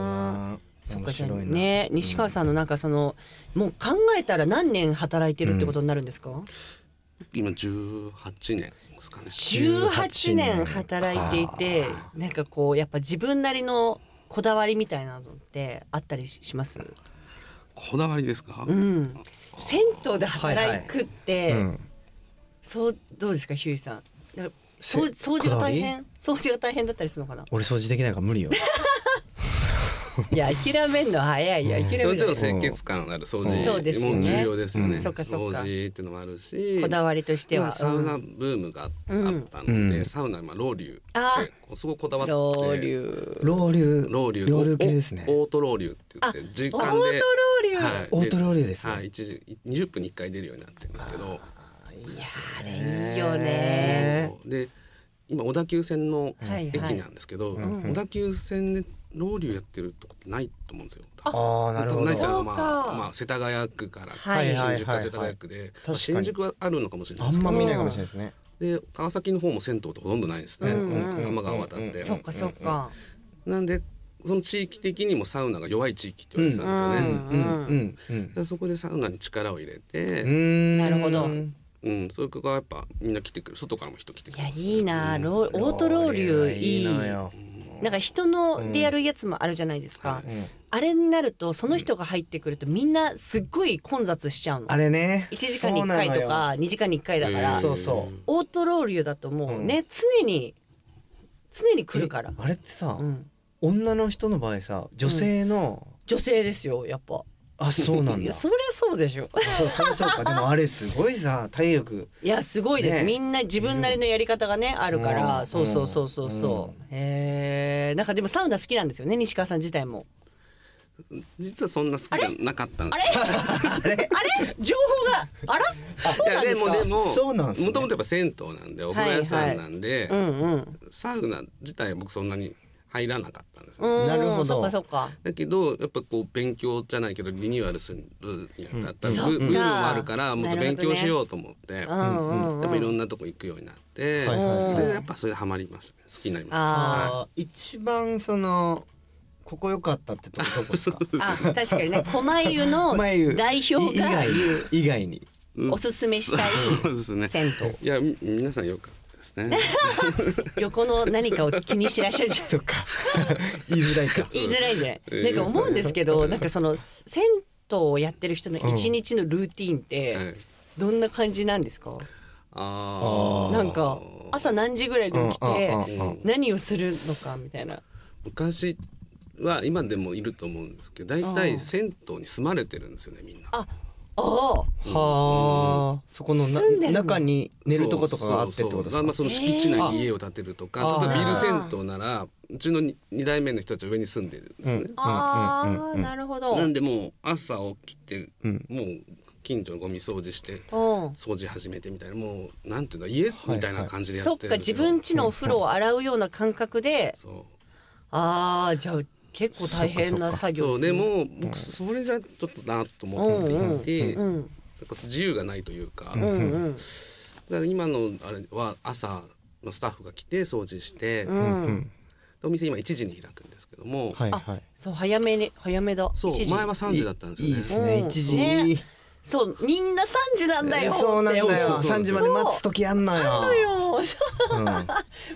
Speaker 1: な
Speaker 2: そっ
Speaker 1: 面
Speaker 2: かじゃあ
Speaker 1: 白いな
Speaker 2: ね西川さんのなんかそのもう考えたら何年働いてるってことになるんですか。
Speaker 8: 今18年ですかね。
Speaker 2: 十八年
Speaker 1: 18年
Speaker 2: 働いていてなんかこうやっぱ自分なりのこだわりみたいなのってあったりしします。
Speaker 8: こだわりですか、
Speaker 2: うん。銭湯で働くって、
Speaker 1: うん
Speaker 2: そうどうですかヒューイさん。だから
Speaker 1: せ
Speaker 2: 掃掃除が大
Speaker 1: こだ
Speaker 2: 変掃除が大変だったりするのかな。
Speaker 1: 俺掃除できないから無理よ
Speaker 2: いや諦めんの早いよ諦め
Speaker 8: でも
Speaker 2: る
Speaker 8: ちょっ
Speaker 2: の
Speaker 8: と清潔感ある掃
Speaker 2: そうです
Speaker 8: 除
Speaker 2: よね
Speaker 8: も重要ですよね。
Speaker 1: うん
Speaker 2: そっかそっ
Speaker 8: 掃
Speaker 2: か
Speaker 8: 除っていうのもあるし、
Speaker 2: こだわりとして
Speaker 8: ま
Speaker 2: は。
Speaker 8: あサウナ
Speaker 2: うん
Speaker 8: ブームがあった
Speaker 2: うん
Speaker 8: ので、
Speaker 1: うん
Speaker 8: サウナまあロウリュ
Speaker 2: あ
Speaker 8: ってこうすごいこだわって、
Speaker 2: ロウリュ
Speaker 1: 老流
Speaker 8: ロウリュ
Speaker 1: 老流系ですね
Speaker 8: オートロウリュって言って時間で、
Speaker 2: ロウリュ
Speaker 8: はい
Speaker 1: オートロウリュですね
Speaker 8: はい、一時二十分に一回出るようになってるんですけど、
Speaker 2: あれいいよね。
Speaker 8: で今小田急線の
Speaker 2: はい
Speaker 8: 駅
Speaker 2: はい
Speaker 8: なんですけど、
Speaker 1: ん
Speaker 8: 小田急線でロウリュやってるとこってないと思うんですよ。
Speaker 1: あーなるほ
Speaker 8: ないっていう
Speaker 1: ど
Speaker 8: のはまあ
Speaker 2: そうか
Speaker 8: まあ世田谷区から、
Speaker 2: はい
Speaker 8: 新宿から世田谷区で、ま
Speaker 1: 確
Speaker 8: あ
Speaker 1: かに
Speaker 8: 新宿はあるのかもしれない
Speaker 1: あ
Speaker 8: で
Speaker 1: ん
Speaker 8: すけど
Speaker 1: ま見ないかもしれないですね
Speaker 8: で川崎の方も銭湯とほとんどないですね、
Speaker 2: うんうん
Speaker 8: 多摩川渡って、
Speaker 2: そうかそうか。
Speaker 8: なんでその地域的にもサウナが弱い地域って言われてたんですよね、
Speaker 2: う
Speaker 1: う
Speaker 2: ん
Speaker 1: んうんうん
Speaker 8: だからそこでサウナに力を入れ
Speaker 1: うー
Speaker 8: て、
Speaker 1: ん
Speaker 2: なるほど
Speaker 8: うんそういう子がやっぱみんな来てくる外からも人来てく
Speaker 2: い
Speaker 8: る
Speaker 2: やいいなロウオートロウリュいい。
Speaker 1: のよ
Speaker 2: なんか人のでやるやつもあるじゃないですか。
Speaker 1: うん
Speaker 2: あれになるとその人が入ってくるとみんなすっごい混雑しちゃうの。
Speaker 1: あれね
Speaker 2: 1時間に1回とか2時間に1回だか
Speaker 8: え
Speaker 2: ら
Speaker 8: ー
Speaker 1: そうそう
Speaker 2: オートロウリュだともうね常に常に来るから
Speaker 1: え。あれってさ、
Speaker 2: うん
Speaker 1: 女の人の場合さ女性の、
Speaker 2: 女性ですよやっぱ。
Speaker 1: あそうなん
Speaker 2: い
Speaker 1: だ
Speaker 2: や
Speaker 1: そ
Speaker 2: そりゃそうでしょ。
Speaker 1: うそうそうかでもあれすごいさ体力
Speaker 2: いやすごいです、
Speaker 1: ね
Speaker 2: みんな自分なりのやり方がね、あるから、
Speaker 1: うん
Speaker 2: そうそうそうそうそう、へえなんかでもサウナ好きなんですよね西川さん自体も
Speaker 8: 実はそんな好きじゃなかったんで
Speaker 2: あ
Speaker 8: す
Speaker 2: れあれ <laughs> 情報があらそうなんですか
Speaker 8: いやでもでも
Speaker 1: そうなんすね
Speaker 8: もともとやっぱ銭湯なんでお風呂屋さんなんで、
Speaker 2: うんうん
Speaker 8: サウナ自体は僕そんなに入らなかったんですね、
Speaker 2: うん
Speaker 1: なるほど
Speaker 2: そっかそっか
Speaker 8: だけどやっぱこう勉強じゃないけどリニューアルするにあたった
Speaker 2: うん
Speaker 8: ら、
Speaker 2: そっ
Speaker 8: ブ
Speaker 2: か
Speaker 8: ブームもあるからもっと勉
Speaker 2: なるほど
Speaker 8: 強
Speaker 2: ね
Speaker 8: しようと思って、
Speaker 2: う
Speaker 8: やっ
Speaker 2: んうん、
Speaker 8: ぱいろ
Speaker 2: うん
Speaker 8: なとこ行くようになって、
Speaker 1: はいはい
Speaker 2: はい
Speaker 8: でやっぱそれでハマりましたね好きになりました
Speaker 2: あ
Speaker 8: は
Speaker 1: 一番そのここ良かったってとこどこ
Speaker 2: <laughs>
Speaker 1: ですか
Speaker 2: あ確かにね狛湯の
Speaker 1: 前湯
Speaker 2: 代表が
Speaker 1: い
Speaker 2: 言う
Speaker 1: 以外に以外に
Speaker 2: おすすめしたい
Speaker 8: そうですね
Speaker 2: 銭
Speaker 8: いやみ皆さんよかったで
Speaker 1: <laughs>
Speaker 8: すね
Speaker 2: 湯横の何かを気にしてらっしゃるじゃん
Speaker 1: そっか言いづらいか
Speaker 2: <laughs> 言いづらいじゃない、
Speaker 8: うん
Speaker 2: なんか思うんですけどなんかその銭湯をやってる人の一日のルーティーンっ
Speaker 8: は
Speaker 2: て
Speaker 8: い
Speaker 2: どんな感じなんですか、
Speaker 8: あー
Speaker 2: なんか朝何時ぐらいに起きて
Speaker 1: うんうんうんうん
Speaker 2: 何をするのかみたいな
Speaker 8: 昔は今でもいると思うんですけど大
Speaker 2: あー
Speaker 8: 体銭湯に住まれてるんですよねみんな
Speaker 2: ああ
Speaker 1: はあそこのな
Speaker 2: 住んでるの
Speaker 1: 中に寝るとことかがあってってことです
Speaker 8: そうそうそう
Speaker 1: か
Speaker 8: まあその敷地内に家を建てるとか
Speaker 1: へー
Speaker 8: 例えばビル銭湯ならうちのに二代目の人たちは上に住んでるんですね、
Speaker 2: あー、
Speaker 1: うんうんうんうん
Speaker 2: なるほど
Speaker 8: なんでもう朝起きて
Speaker 1: うん
Speaker 8: もう近所のゴミ掃除して
Speaker 2: うん
Speaker 8: 掃除始めてみたいなもうなんていうの家みたいな感じでや
Speaker 2: そ
Speaker 8: っ
Speaker 2: ってか
Speaker 8: るんです
Speaker 2: 自
Speaker 8: よ、
Speaker 2: 分家のお風呂を洗うような感覚で
Speaker 8: そう
Speaker 2: ああじゃあ結構大変な作業
Speaker 8: そう
Speaker 2: す
Speaker 8: で
Speaker 2: ね
Speaker 8: も僕それじゃちょっとなと思っていて、
Speaker 2: う
Speaker 8: なん
Speaker 2: ん
Speaker 8: か自由がないというか,、
Speaker 2: うん
Speaker 8: だか
Speaker 2: うん
Speaker 8: ら今のあれは朝のスタッフが来て掃除して、
Speaker 2: う
Speaker 1: うん
Speaker 2: ん、
Speaker 1: うん
Speaker 8: お店今1時に開くんですけども、
Speaker 1: はいはい
Speaker 2: そう早めに早めだ
Speaker 8: そう
Speaker 2: 一時
Speaker 8: 前は3時だったんですよ
Speaker 1: いい
Speaker 8: ね。
Speaker 1: ですね
Speaker 2: うん
Speaker 1: 一時
Speaker 2: ねそうみんな3時なんだよ
Speaker 1: そうなんだ
Speaker 2: って思
Speaker 1: よ
Speaker 2: う
Speaker 1: 三時まで待つ時あんのよ
Speaker 2: そう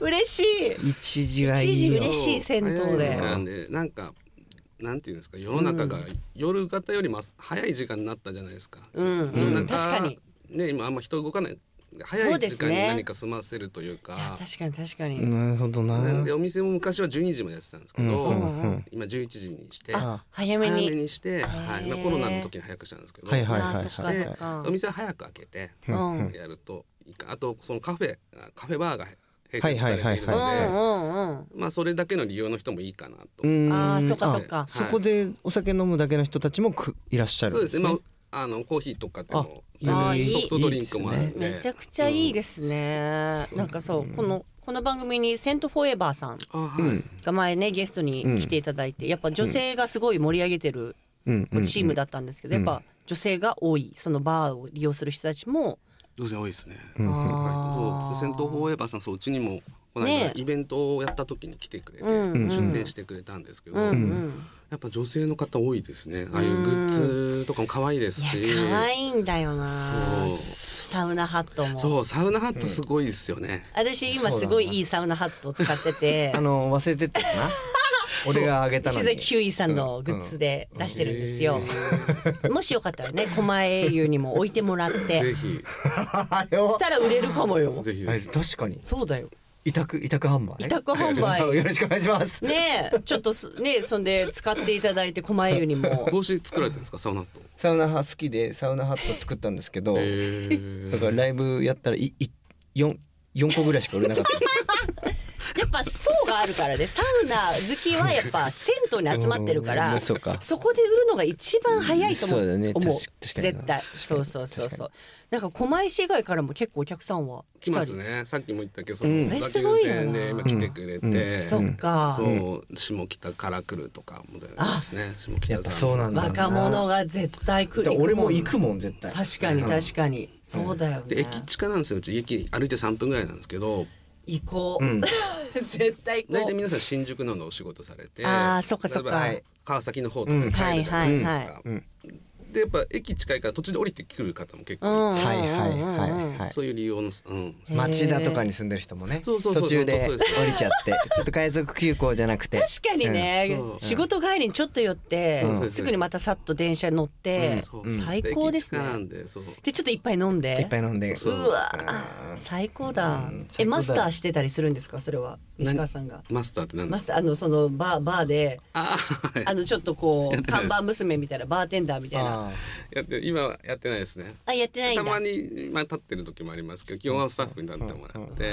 Speaker 2: 嬉しい
Speaker 1: うん一時はいい
Speaker 2: 一時
Speaker 1: よ
Speaker 2: 嬉しい銭湯で
Speaker 8: 早い時間でなんかなんていうんですか世の中が夜型よりも早い時間になったじゃないですか。
Speaker 2: うん
Speaker 8: 世
Speaker 2: う
Speaker 8: の
Speaker 2: ん
Speaker 8: 中
Speaker 2: 確かに
Speaker 8: ね今あんま人動かない早
Speaker 2: そう
Speaker 8: い
Speaker 2: で
Speaker 8: 時
Speaker 2: す
Speaker 8: 間
Speaker 2: ね
Speaker 8: に何か済ませるという
Speaker 2: いや
Speaker 8: か。
Speaker 2: 確かに確かに、
Speaker 1: なるほどな
Speaker 8: なんでお店も昔は12時までやってたんですけど、
Speaker 1: うん
Speaker 2: うんうん
Speaker 8: 今11時にして
Speaker 2: あ早
Speaker 8: 早
Speaker 2: め
Speaker 8: め
Speaker 2: に
Speaker 8: にして、はい、まあコロナの時に早くしたんですけど、
Speaker 1: はいはい
Speaker 2: あーそっか
Speaker 8: で
Speaker 2: そっか
Speaker 8: お店は早く開けて
Speaker 2: うんうん
Speaker 8: やるといいかあとそのカフェカフェバーが併設されているので、
Speaker 1: はいはいはいは
Speaker 2: うん
Speaker 8: まあそれだけの利用の人もいいかなと、
Speaker 1: うん
Speaker 2: あーそっか
Speaker 1: あ
Speaker 2: そっか
Speaker 1: そこでお酒飲むだけの人たちもくいらっしゃる
Speaker 8: そ
Speaker 1: ん
Speaker 8: う
Speaker 1: で
Speaker 8: ですす
Speaker 1: ね
Speaker 8: ねまああのコーヒーとかでも
Speaker 2: あいい
Speaker 8: ソフトドリンクもあるんで
Speaker 2: めちゃくちゃいいですね、
Speaker 8: うん
Speaker 2: なんかそうこのこの番組にセントフォーエバーさん
Speaker 8: あはい、
Speaker 1: うん
Speaker 2: が前ねゲストに来ていただいて、やっぱ女性がすごい盛り上げてる
Speaker 1: うんうん
Speaker 2: チームだったんですけど、
Speaker 1: うん
Speaker 2: やっぱ女性が多いそのバーを利用する人たちも、
Speaker 8: 女性多いですね、
Speaker 1: うんうん
Speaker 2: あ
Speaker 8: そうで戦闘フォーエバーさんそううちにもこの
Speaker 2: ね
Speaker 8: 間
Speaker 2: え
Speaker 8: イベントをやった時に来てくれて、
Speaker 2: うんうん
Speaker 8: 出店してくれたんですけど、
Speaker 2: うんうん
Speaker 8: やっぱ女性の方多いですねああいうグッズとかも可愛いですし、
Speaker 2: いや可愛いんだよな
Speaker 8: そう
Speaker 2: サウナハットも
Speaker 8: そうサウナハットすごいですよね、
Speaker 2: 私今すごいいいサウナハットを使ってて
Speaker 1: <laughs> あの忘れてったな俺があげたの
Speaker 2: 石
Speaker 1: に
Speaker 2: 崎ひゅーいさんのグッズで出してるんですよ、もしよかったらね狛江湯にも置いてもらっ
Speaker 8: ぜ
Speaker 1: <laughs>
Speaker 2: て
Speaker 8: ひ
Speaker 1: あれを
Speaker 2: したら売れるかもよ
Speaker 8: ぜひ
Speaker 1: は
Speaker 8: ぜ
Speaker 1: い
Speaker 8: ひ
Speaker 1: 確かに
Speaker 2: そうだよ
Speaker 1: 委託委託販売
Speaker 2: 委託販売
Speaker 1: <laughs> よろしくお願いします
Speaker 2: ねえちょっとすねえそんで使っていただいて狛江湯
Speaker 1: <laughs>
Speaker 2: にも
Speaker 8: 帽子作られてるんですかサウナハット
Speaker 1: サウナ派好きでサウナハット作ったんですけど
Speaker 8: へ
Speaker 2: <laughs>
Speaker 8: ー
Speaker 1: だからライブやったらいい四四個ぐらいしか売れなかったです
Speaker 2: やっぱ層があるからねサウナ好きはやっぱ銭湯に集まってるか
Speaker 1: う
Speaker 2: ら
Speaker 1: んそうか
Speaker 2: そこで売るのが一番早いと思う,、
Speaker 1: そうだね
Speaker 2: 思う
Speaker 1: 確か確かに
Speaker 2: 絶
Speaker 1: 確
Speaker 2: 対
Speaker 1: かに
Speaker 2: そうそうそう
Speaker 1: 確か
Speaker 2: そうなんか狛江市以外からも結構お客さんは来
Speaker 8: 来
Speaker 2: た
Speaker 8: ま
Speaker 2: り
Speaker 8: すねさっきも言ったけど、そう
Speaker 1: うん
Speaker 8: 小田
Speaker 2: そ
Speaker 8: 急
Speaker 2: れすごいよな
Speaker 8: 線で今来てくれて、
Speaker 1: うん
Speaker 2: そっか
Speaker 8: そう下北から来るとかもですね下北
Speaker 1: やっぱそうなんだ
Speaker 2: 若者が絶対来
Speaker 1: だか
Speaker 2: る
Speaker 1: ら俺も行くもん絶対
Speaker 2: 確かに確かに、そうだよね
Speaker 8: で駅近なんですようち駅歩いて3分ぐらいなんですけど
Speaker 2: 行こう、
Speaker 1: うん
Speaker 2: <laughs> 絶対行
Speaker 8: 大
Speaker 2: こ
Speaker 8: 体
Speaker 2: う
Speaker 8: 皆さん新宿などお仕事されて
Speaker 2: あーそっかそっか
Speaker 8: 例えば川崎の方とかに帰るじゃないですか、
Speaker 1: うんはいはい
Speaker 8: でやっぱ駅近いから途中で降りてくる方も結
Speaker 2: うんうん
Speaker 8: 構
Speaker 2: う
Speaker 8: い
Speaker 2: んう
Speaker 8: て、
Speaker 2: ん
Speaker 1: はいはいはいはい
Speaker 8: そういう利用のうん
Speaker 1: 町田とかに住んでる人もね
Speaker 8: そうそうそう
Speaker 1: 途中で
Speaker 8: そうです
Speaker 1: 降りちゃってちょっと海賊急行じゃなくて
Speaker 2: 確かにね、
Speaker 8: うんそう
Speaker 2: 仕事帰りにちょっと寄って、
Speaker 8: うん
Speaker 2: すぐにまたさっと電車に乗っ
Speaker 8: うん
Speaker 2: て、
Speaker 8: そうそう
Speaker 2: 最高ですね
Speaker 8: 駅近なんでそう
Speaker 2: でちょっといっぱい飲んで
Speaker 1: いっぱい飲んで
Speaker 2: う
Speaker 8: そう
Speaker 2: わ最高だ、
Speaker 1: うん
Speaker 2: え
Speaker 1: 最高だ
Speaker 2: マスターしてたりするんですかそれは
Speaker 8: 何
Speaker 2: 石川さんが
Speaker 8: マスターって何で
Speaker 2: マ
Speaker 8: す
Speaker 2: ス
Speaker 8: か
Speaker 2: ターあのそのバーバーで
Speaker 8: あーはい
Speaker 2: あのちょっとこ
Speaker 8: や
Speaker 2: う
Speaker 8: ってな
Speaker 2: 看
Speaker 8: いです
Speaker 2: 板娘みたいなバーテンダーみたいなあ
Speaker 1: あ
Speaker 8: やって今はやってないですね
Speaker 2: やってないん
Speaker 8: た
Speaker 2: だ
Speaker 8: まに、まあ、立ってる時もありますけど基本はスタッフに立ってもらって
Speaker 2: あ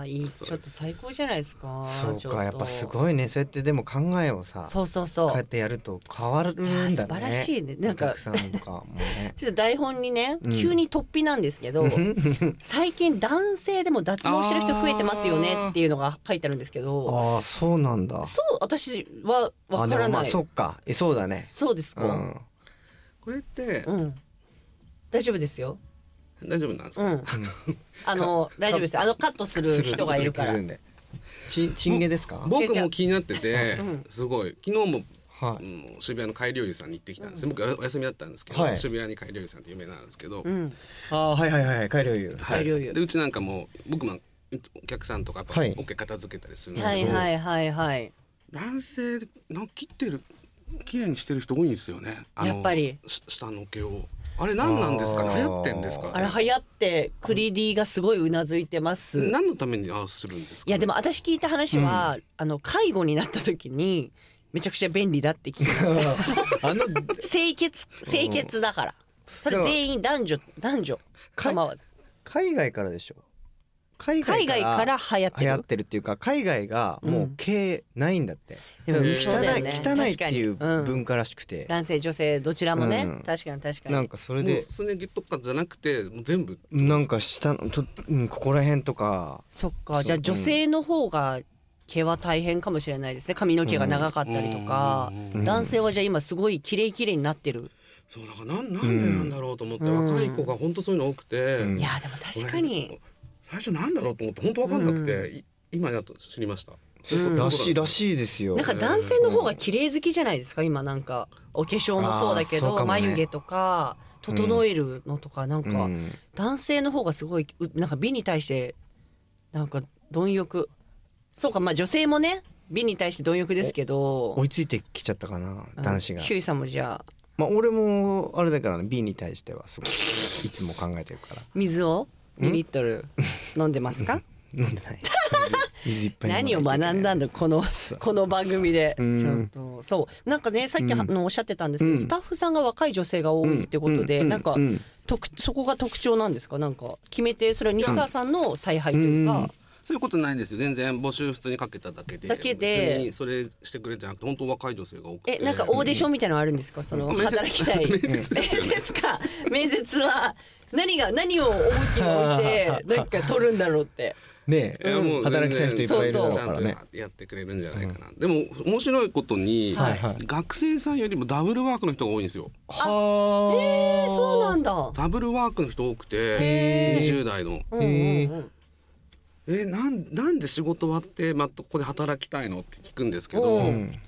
Speaker 2: ー
Speaker 8: っ
Speaker 2: いい
Speaker 8: そう
Speaker 2: ちょっと最高じゃないですか
Speaker 1: あそう
Speaker 2: ちょと
Speaker 1: かやっぱすごいねそうやってでも考えをさ
Speaker 2: そうそうそう
Speaker 1: こうやってやると変わるんだね
Speaker 2: いや素晴らしいねなんか
Speaker 1: お客さんとかも
Speaker 2: <laughs>
Speaker 1: ね
Speaker 2: ちょっと台本にね、
Speaker 1: うん
Speaker 2: 急に突飛なんですけど最近男性でも脱毛してる人増えてますよねっていうのが書いてあるんですけど
Speaker 1: ああそうなんだ
Speaker 2: そう私はわか
Speaker 1: あで
Speaker 2: ら
Speaker 1: もま
Speaker 2: な
Speaker 1: あ
Speaker 2: い
Speaker 1: そ
Speaker 2: そ
Speaker 1: っかえそうだね
Speaker 2: うですか、
Speaker 1: う
Speaker 2: うん
Speaker 1: ん
Speaker 8: これって
Speaker 2: 大丈夫ですよ、
Speaker 8: 大丈夫なんです
Speaker 2: う <laughs>
Speaker 8: か、
Speaker 2: ん、あの大丈夫ですあのカットする人がいるから
Speaker 1: 自分でちチンゲですか
Speaker 8: 僕
Speaker 2: 違う違う
Speaker 8: も気になっててすごい昨日も
Speaker 1: は
Speaker 8: う
Speaker 1: い
Speaker 8: ん渋谷の海料理さんに行ってきたんです、僕お休みだったんですけど、
Speaker 1: はい
Speaker 8: 渋谷に海料理さんって有名なんですけど、
Speaker 2: うん
Speaker 1: あーはいはいはい改良油
Speaker 8: は
Speaker 2: 海
Speaker 8: い、
Speaker 2: 料理
Speaker 8: でうちなんかもう僕もお客さんとかやっぱ
Speaker 1: はい
Speaker 8: オケ片付けたりするんです
Speaker 2: は
Speaker 8: け
Speaker 2: い
Speaker 8: ど、
Speaker 2: はいはいはい
Speaker 8: 男性なんか切ってる綺麗にしてる人多いんですよねあの
Speaker 2: やっぱり
Speaker 8: し下の毛をあれ何なんですか
Speaker 1: あー
Speaker 8: ね流行ってんですかね
Speaker 2: あれ流行ってクリディがすごいうなずいてますい
Speaker 8: 何のためにああするんですかね、
Speaker 2: やでも私聞いた話は、あの介護になった時にめちゃくちゃ便利だって聞い
Speaker 1: <laughs>
Speaker 2: た
Speaker 1: あの
Speaker 2: 清潔清潔だからそれ全員男女男女
Speaker 1: か
Speaker 2: 構わず
Speaker 1: 海外からでしょ海
Speaker 2: 海外から流行って
Speaker 1: 流行
Speaker 2: る
Speaker 1: ってるっていうか海外がも
Speaker 2: う
Speaker 1: うん毛ないんだって、
Speaker 2: でも
Speaker 1: だから
Speaker 8: そう
Speaker 1: 汚
Speaker 8: だ
Speaker 2: よ
Speaker 1: い
Speaker 2: ね
Speaker 1: 汚いっていう
Speaker 2: 確かにうん
Speaker 1: 文化らしくて、
Speaker 2: 男性女性どちらもね、
Speaker 1: うん
Speaker 2: 確かに確かに
Speaker 1: なんかそれ
Speaker 8: もう
Speaker 1: です
Speaker 8: ね毛とかじゃなくてもう全部
Speaker 1: なんか下のと、うん、ここら辺とか
Speaker 2: そっ
Speaker 1: そ
Speaker 2: か
Speaker 1: う
Speaker 2: じゃあ女性の方が毛は大変かもしれないですね髪の毛が長かったりとか
Speaker 8: うん、
Speaker 1: うん
Speaker 2: 男性はじゃあ今すごい綺麗綺麗になってる、
Speaker 8: そうだからなんなんでなんだろうと思って、
Speaker 2: うん
Speaker 8: 若い子が本当そういうの多くて、
Speaker 1: うん
Speaker 2: いやでも確かに
Speaker 8: 俺最初なんだろうと思って本当わかんなくて、
Speaker 2: う
Speaker 8: い今やっと知りました、
Speaker 2: うん
Speaker 1: らしいら
Speaker 8: い
Speaker 1: しいですよ
Speaker 2: なんか男性の方が綺麗好きじゃないですか今なんかお化粧もそうだけ
Speaker 1: あーそう
Speaker 2: ど、
Speaker 1: かもね
Speaker 2: 眉毛とか整えるのとかなん
Speaker 1: う
Speaker 2: か
Speaker 1: ん
Speaker 2: 男性の方がすごいうなんか美に対してなんか貪欲そうかまあ女性もね美に対して貪欲ですけど
Speaker 1: 追いついてきちゃったかな男子が
Speaker 2: うんヒューイさんもじゃあ
Speaker 1: まあ俺もあれだからね B に対してはすごいいつも考えてるから
Speaker 2: 水を
Speaker 1: ん
Speaker 2: 2リットル飲んでますか
Speaker 1: 飲んでない水いっぱい飲まない
Speaker 2: 何を学んだんだこのこの番組でち
Speaker 1: うん
Speaker 2: ょっとそうなんかねさっきは
Speaker 1: うん
Speaker 2: あのおっしゃってたんですけど、
Speaker 1: うん
Speaker 2: スタッフさんが若い女性が多いってことで、
Speaker 1: う
Speaker 2: なんか、
Speaker 1: う
Speaker 2: 特そこが特徴なんですかなんか決めてそれは西川さんの采配というか、
Speaker 1: うん
Speaker 8: そういうことないんですよ全然募集普通にかけただけで
Speaker 2: だけで
Speaker 8: 別にそれしてくれてなくて本当若い女性が多くて
Speaker 2: えなんかオーディションみたいなのあるんですかその
Speaker 8: うん面接
Speaker 2: 働きたい
Speaker 8: 面接ですよね
Speaker 2: 面接か面接は何が何を重きに置いて何か取るんだろうって
Speaker 1: ね
Speaker 8: いやも
Speaker 1: え
Speaker 8: う
Speaker 1: 働きたい人いっぱいいるだろうから
Speaker 8: 全然
Speaker 1: ね
Speaker 8: ちゃんとやってくれるんじゃないかな、でも面白いことに、
Speaker 1: はいはい
Speaker 8: 学生さんよりもダブルワークの人が多いんですよ
Speaker 1: は
Speaker 2: えー、そうなんだ
Speaker 8: ダブルワークの人多く
Speaker 1: へ
Speaker 8: て
Speaker 1: ー
Speaker 8: 20代の
Speaker 2: うんうんうん
Speaker 8: えなんなんで仕事終わってまたここで働きたいのって聞くんですけど、
Speaker 2: う
Speaker 1: うん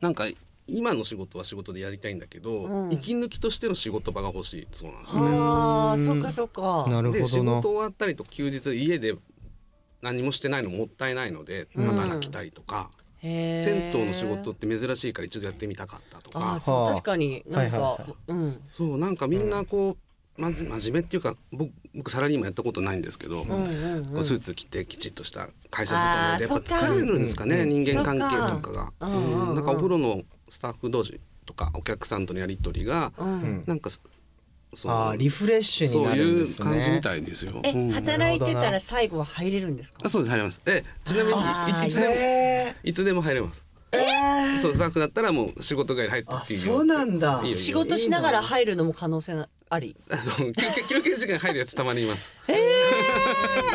Speaker 8: なんか今の仕事は仕事でやりたいんだけど、
Speaker 2: うん
Speaker 8: 息抜きとしての仕事場が欲しいそうなんですよね。
Speaker 2: あーそっかそっか
Speaker 1: なる
Speaker 8: で
Speaker 1: ほ
Speaker 8: 仕
Speaker 1: どな
Speaker 8: 事終わったりと休日家で何もしてないのもったいないので
Speaker 2: ん
Speaker 8: 働きたいとか、
Speaker 2: へー
Speaker 8: 銭湯の仕事って珍しいから一度やってみたかったと
Speaker 2: あ
Speaker 8: か
Speaker 2: ーそう
Speaker 1: はあ
Speaker 2: 確かになんか、
Speaker 1: はいはいは
Speaker 2: うん
Speaker 8: そうなんかみんなこう、まじ真面目っていうか僕僕サラリーマンやったことないんですけど、
Speaker 2: うんうんう
Speaker 8: こ
Speaker 2: ん
Speaker 8: うスーツ着てきちっとした会社勤めで
Speaker 2: あー
Speaker 8: やっぱ疲れるんですか
Speaker 1: そ
Speaker 8: ね
Speaker 1: っか
Speaker 8: 人間関係とかが。
Speaker 2: そっかうんうんうん
Speaker 8: うんなんかお風呂のスタッフ同士とかお客さんとのやり取りが
Speaker 2: うん
Speaker 1: うん
Speaker 8: なんかそそう
Speaker 1: あーリフレッシュに
Speaker 8: そう
Speaker 1: なるん
Speaker 8: い
Speaker 1: で
Speaker 8: う
Speaker 1: す
Speaker 8: 感じみ
Speaker 1: ね
Speaker 8: たいですよ。
Speaker 2: え、
Speaker 8: うん
Speaker 2: 働いてたら最後は入れるんですか
Speaker 8: あ。そうです入れます。えちなみ
Speaker 2: あー
Speaker 8: にいいつでも
Speaker 1: え
Speaker 8: いつでも入れます。そうスタッフだったらもう仕事外に入って
Speaker 1: あ
Speaker 8: っていいよ。
Speaker 1: そうなんだ
Speaker 8: いいよ
Speaker 2: 仕事しながら入るのも可能性なあり。
Speaker 8: あの休憩休憩時間入るやつたまにいます。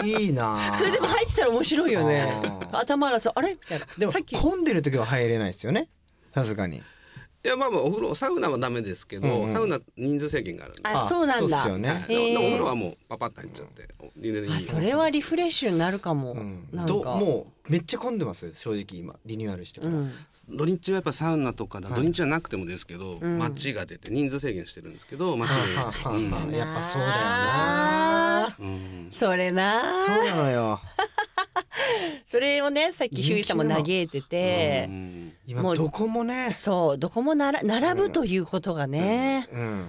Speaker 1: いいなあ
Speaker 2: それでも入ってたら面白いよね
Speaker 1: あー。
Speaker 2: 頭洗うあれみたい
Speaker 1: で
Speaker 2: な。
Speaker 1: も
Speaker 2: さっき。
Speaker 1: 混んでる時は入れないですよねさすがに
Speaker 8: いやまあまあお風呂サウナはダメですけど、
Speaker 1: うんうん
Speaker 8: サウナ人数制限があるんで。
Speaker 2: あ、そうな
Speaker 1: そ
Speaker 2: んだ。
Speaker 1: うっすよね
Speaker 2: へー
Speaker 8: でもお風呂はもうパパッと入っちゃってお全然いいよ
Speaker 2: あ、それはリフレッシュになるかも
Speaker 1: う。ん
Speaker 2: なんか。
Speaker 1: どもうめっちゃ混んでます正直今リニューアルしてか
Speaker 2: う
Speaker 1: ら
Speaker 2: ん。
Speaker 8: 土日はやっぱサウナとかだ、
Speaker 1: はい
Speaker 8: 土日じゃなくてもですけど、
Speaker 2: うん
Speaker 8: 街が出て人数制限してるんですけど街
Speaker 1: は
Speaker 8: が
Speaker 1: あ
Speaker 8: 出
Speaker 1: はあ
Speaker 8: て、
Speaker 1: はあやっぱそうだよ
Speaker 2: あ
Speaker 1: な
Speaker 8: うんうん
Speaker 2: ーそれな
Speaker 1: そうなのよ
Speaker 2: それをねさっきひゅういさんも嘆いてて
Speaker 8: うん
Speaker 2: も
Speaker 1: 今
Speaker 2: う
Speaker 1: どこもね
Speaker 2: そうどこもなら並ぶということがね
Speaker 1: うん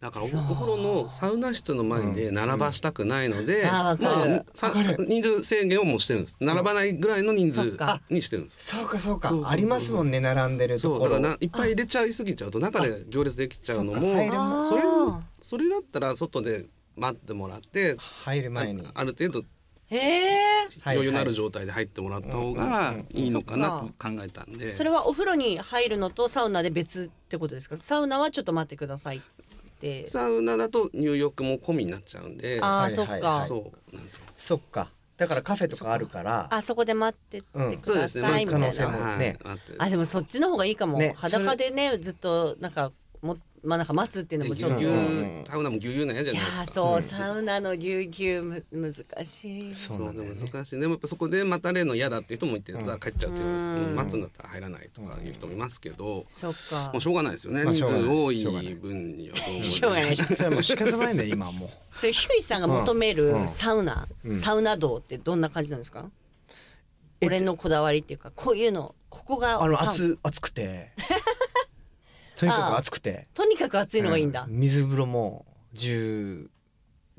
Speaker 8: だからお
Speaker 2: そう
Speaker 8: お風呂のサウナ室の前で並ばしたくないので、
Speaker 2: うんあーわかる
Speaker 8: もうさ人数制限をもうしてるんです並ばないぐらいの人
Speaker 2: そっ
Speaker 8: 数
Speaker 2: か
Speaker 8: にしてるんです
Speaker 1: そうかそうか
Speaker 8: そうそうそう
Speaker 1: ありますもんね並んでると
Speaker 8: そう
Speaker 1: こ
Speaker 8: だか
Speaker 1: ろ
Speaker 8: らないっぱい入れちゃいすぎちゃうと中で行列できちゃうの
Speaker 1: そっか入る
Speaker 8: も
Speaker 2: もん
Speaker 8: それ
Speaker 2: あー
Speaker 8: それだったら外で待ってもらって
Speaker 1: 入る
Speaker 8: あ
Speaker 1: 前に
Speaker 8: ある程度
Speaker 2: へえ
Speaker 1: はい
Speaker 8: 余裕のある状態で入ってもらった方がいいのかなと考えたんで、
Speaker 2: それはお風呂に入るのとサウナで別ってことですかサウナはちょっと待ってくださいって
Speaker 8: サウナだと入浴も込みになっちゃうんで、
Speaker 2: あ
Speaker 1: は
Speaker 2: あ
Speaker 1: い
Speaker 2: そっ
Speaker 1: はい
Speaker 2: か
Speaker 1: はい
Speaker 8: そうなんですよ。
Speaker 1: そっかだからカフェとかあるから
Speaker 2: あそこで待ってって
Speaker 1: うん
Speaker 2: くださいみ
Speaker 1: 可
Speaker 2: た
Speaker 1: 能
Speaker 2: い
Speaker 1: 性も
Speaker 2: な
Speaker 1: ね
Speaker 8: はいあって
Speaker 2: あでもそっちの方がいいかも
Speaker 1: ね
Speaker 2: 裸でねずっとなんかもまあなんか待つっていうのもち
Speaker 8: ぎ
Speaker 2: ょ
Speaker 8: ゅ
Speaker 2: っ
Speaker 8: う
Speaker 2: と。
Speaker 8: ぎ
Speaker 2: い
Speaker 8: ゅ
Speaker 2: や
Speaker 8: うサウナもぎゅうぎゅうなんやじゃないですか
Speaker 2: ーそうサウナのぎゅうぎゅうむ難しい。
Speaker 1: そ
Speaker 8: そうう
Speaker 1: なんだ
Speaker 8: で
Speaker 1: よ
Speaker 8: も
Speaker 1: ね
Speaker 8: 難しいでもやっぱそこで待たれるの嫌だっていう人もいて、だから帰っちゃうっていうです、
Speaker 2: うん
Speaker 8: 待つんだったら入らないとかいう人もいますけど、
Speaker 2: そっか
Speaker 8: もう。しょうがないですよね、
Speaker 1: まあし
Speaker 8: 人
Speaker 1: ょうがない
Speaker 8: 数多
Speaker 1: しょうがない
Speaker 8: い分にはどうも
Speaker 2: しょうがない。
Speaker 1: それはもう仕方ないんだよ
Speaker 2: <laughs>
Speaker 1: 今はもう
Speaker 2: それヒュイさんが求める
Speaker 1: うん
Speaker 2: サウナ、
Speaker 1: うん
Speaker 2: サウナ道ってどんな感じなんですか？
Speaker 1: えっと
Speaker 2: 俺のこだわりっていうかこういうのここが
Speaker 1: あの
Speaker 2: サウナ
Speaker 1: 暑暑くてとにかく暑くて
Speaker 2: とにかく暑いのがいいんだ。
Speaker 1: うん水風呂も1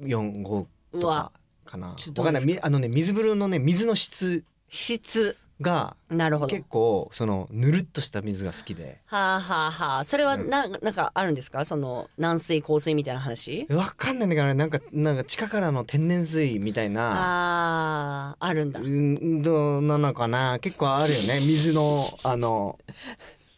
Speaker 1: 4五と
Speaker 2: うわ
Speaker 1: かかな
Speaker 2: ちょっと
Speaker 1: わかんないみあのね水風呂のね水の質
Speaker 2: 質
Speaker 1: が
Speaker 2: なるほど。
Speaker 1: 結構そのぬるっとした水が好きで
Speaker 2: はあはあはあ。それはな、ん、なんかあるんですか？その軟水硬水みたいな話？
Speaker 1: わかんないんだけどねなんかなんか地下からの天然水みたいな
Speaker 2: ああーあるんだ。
Speaker 1: うんどうなのかな結構あるよね水のあの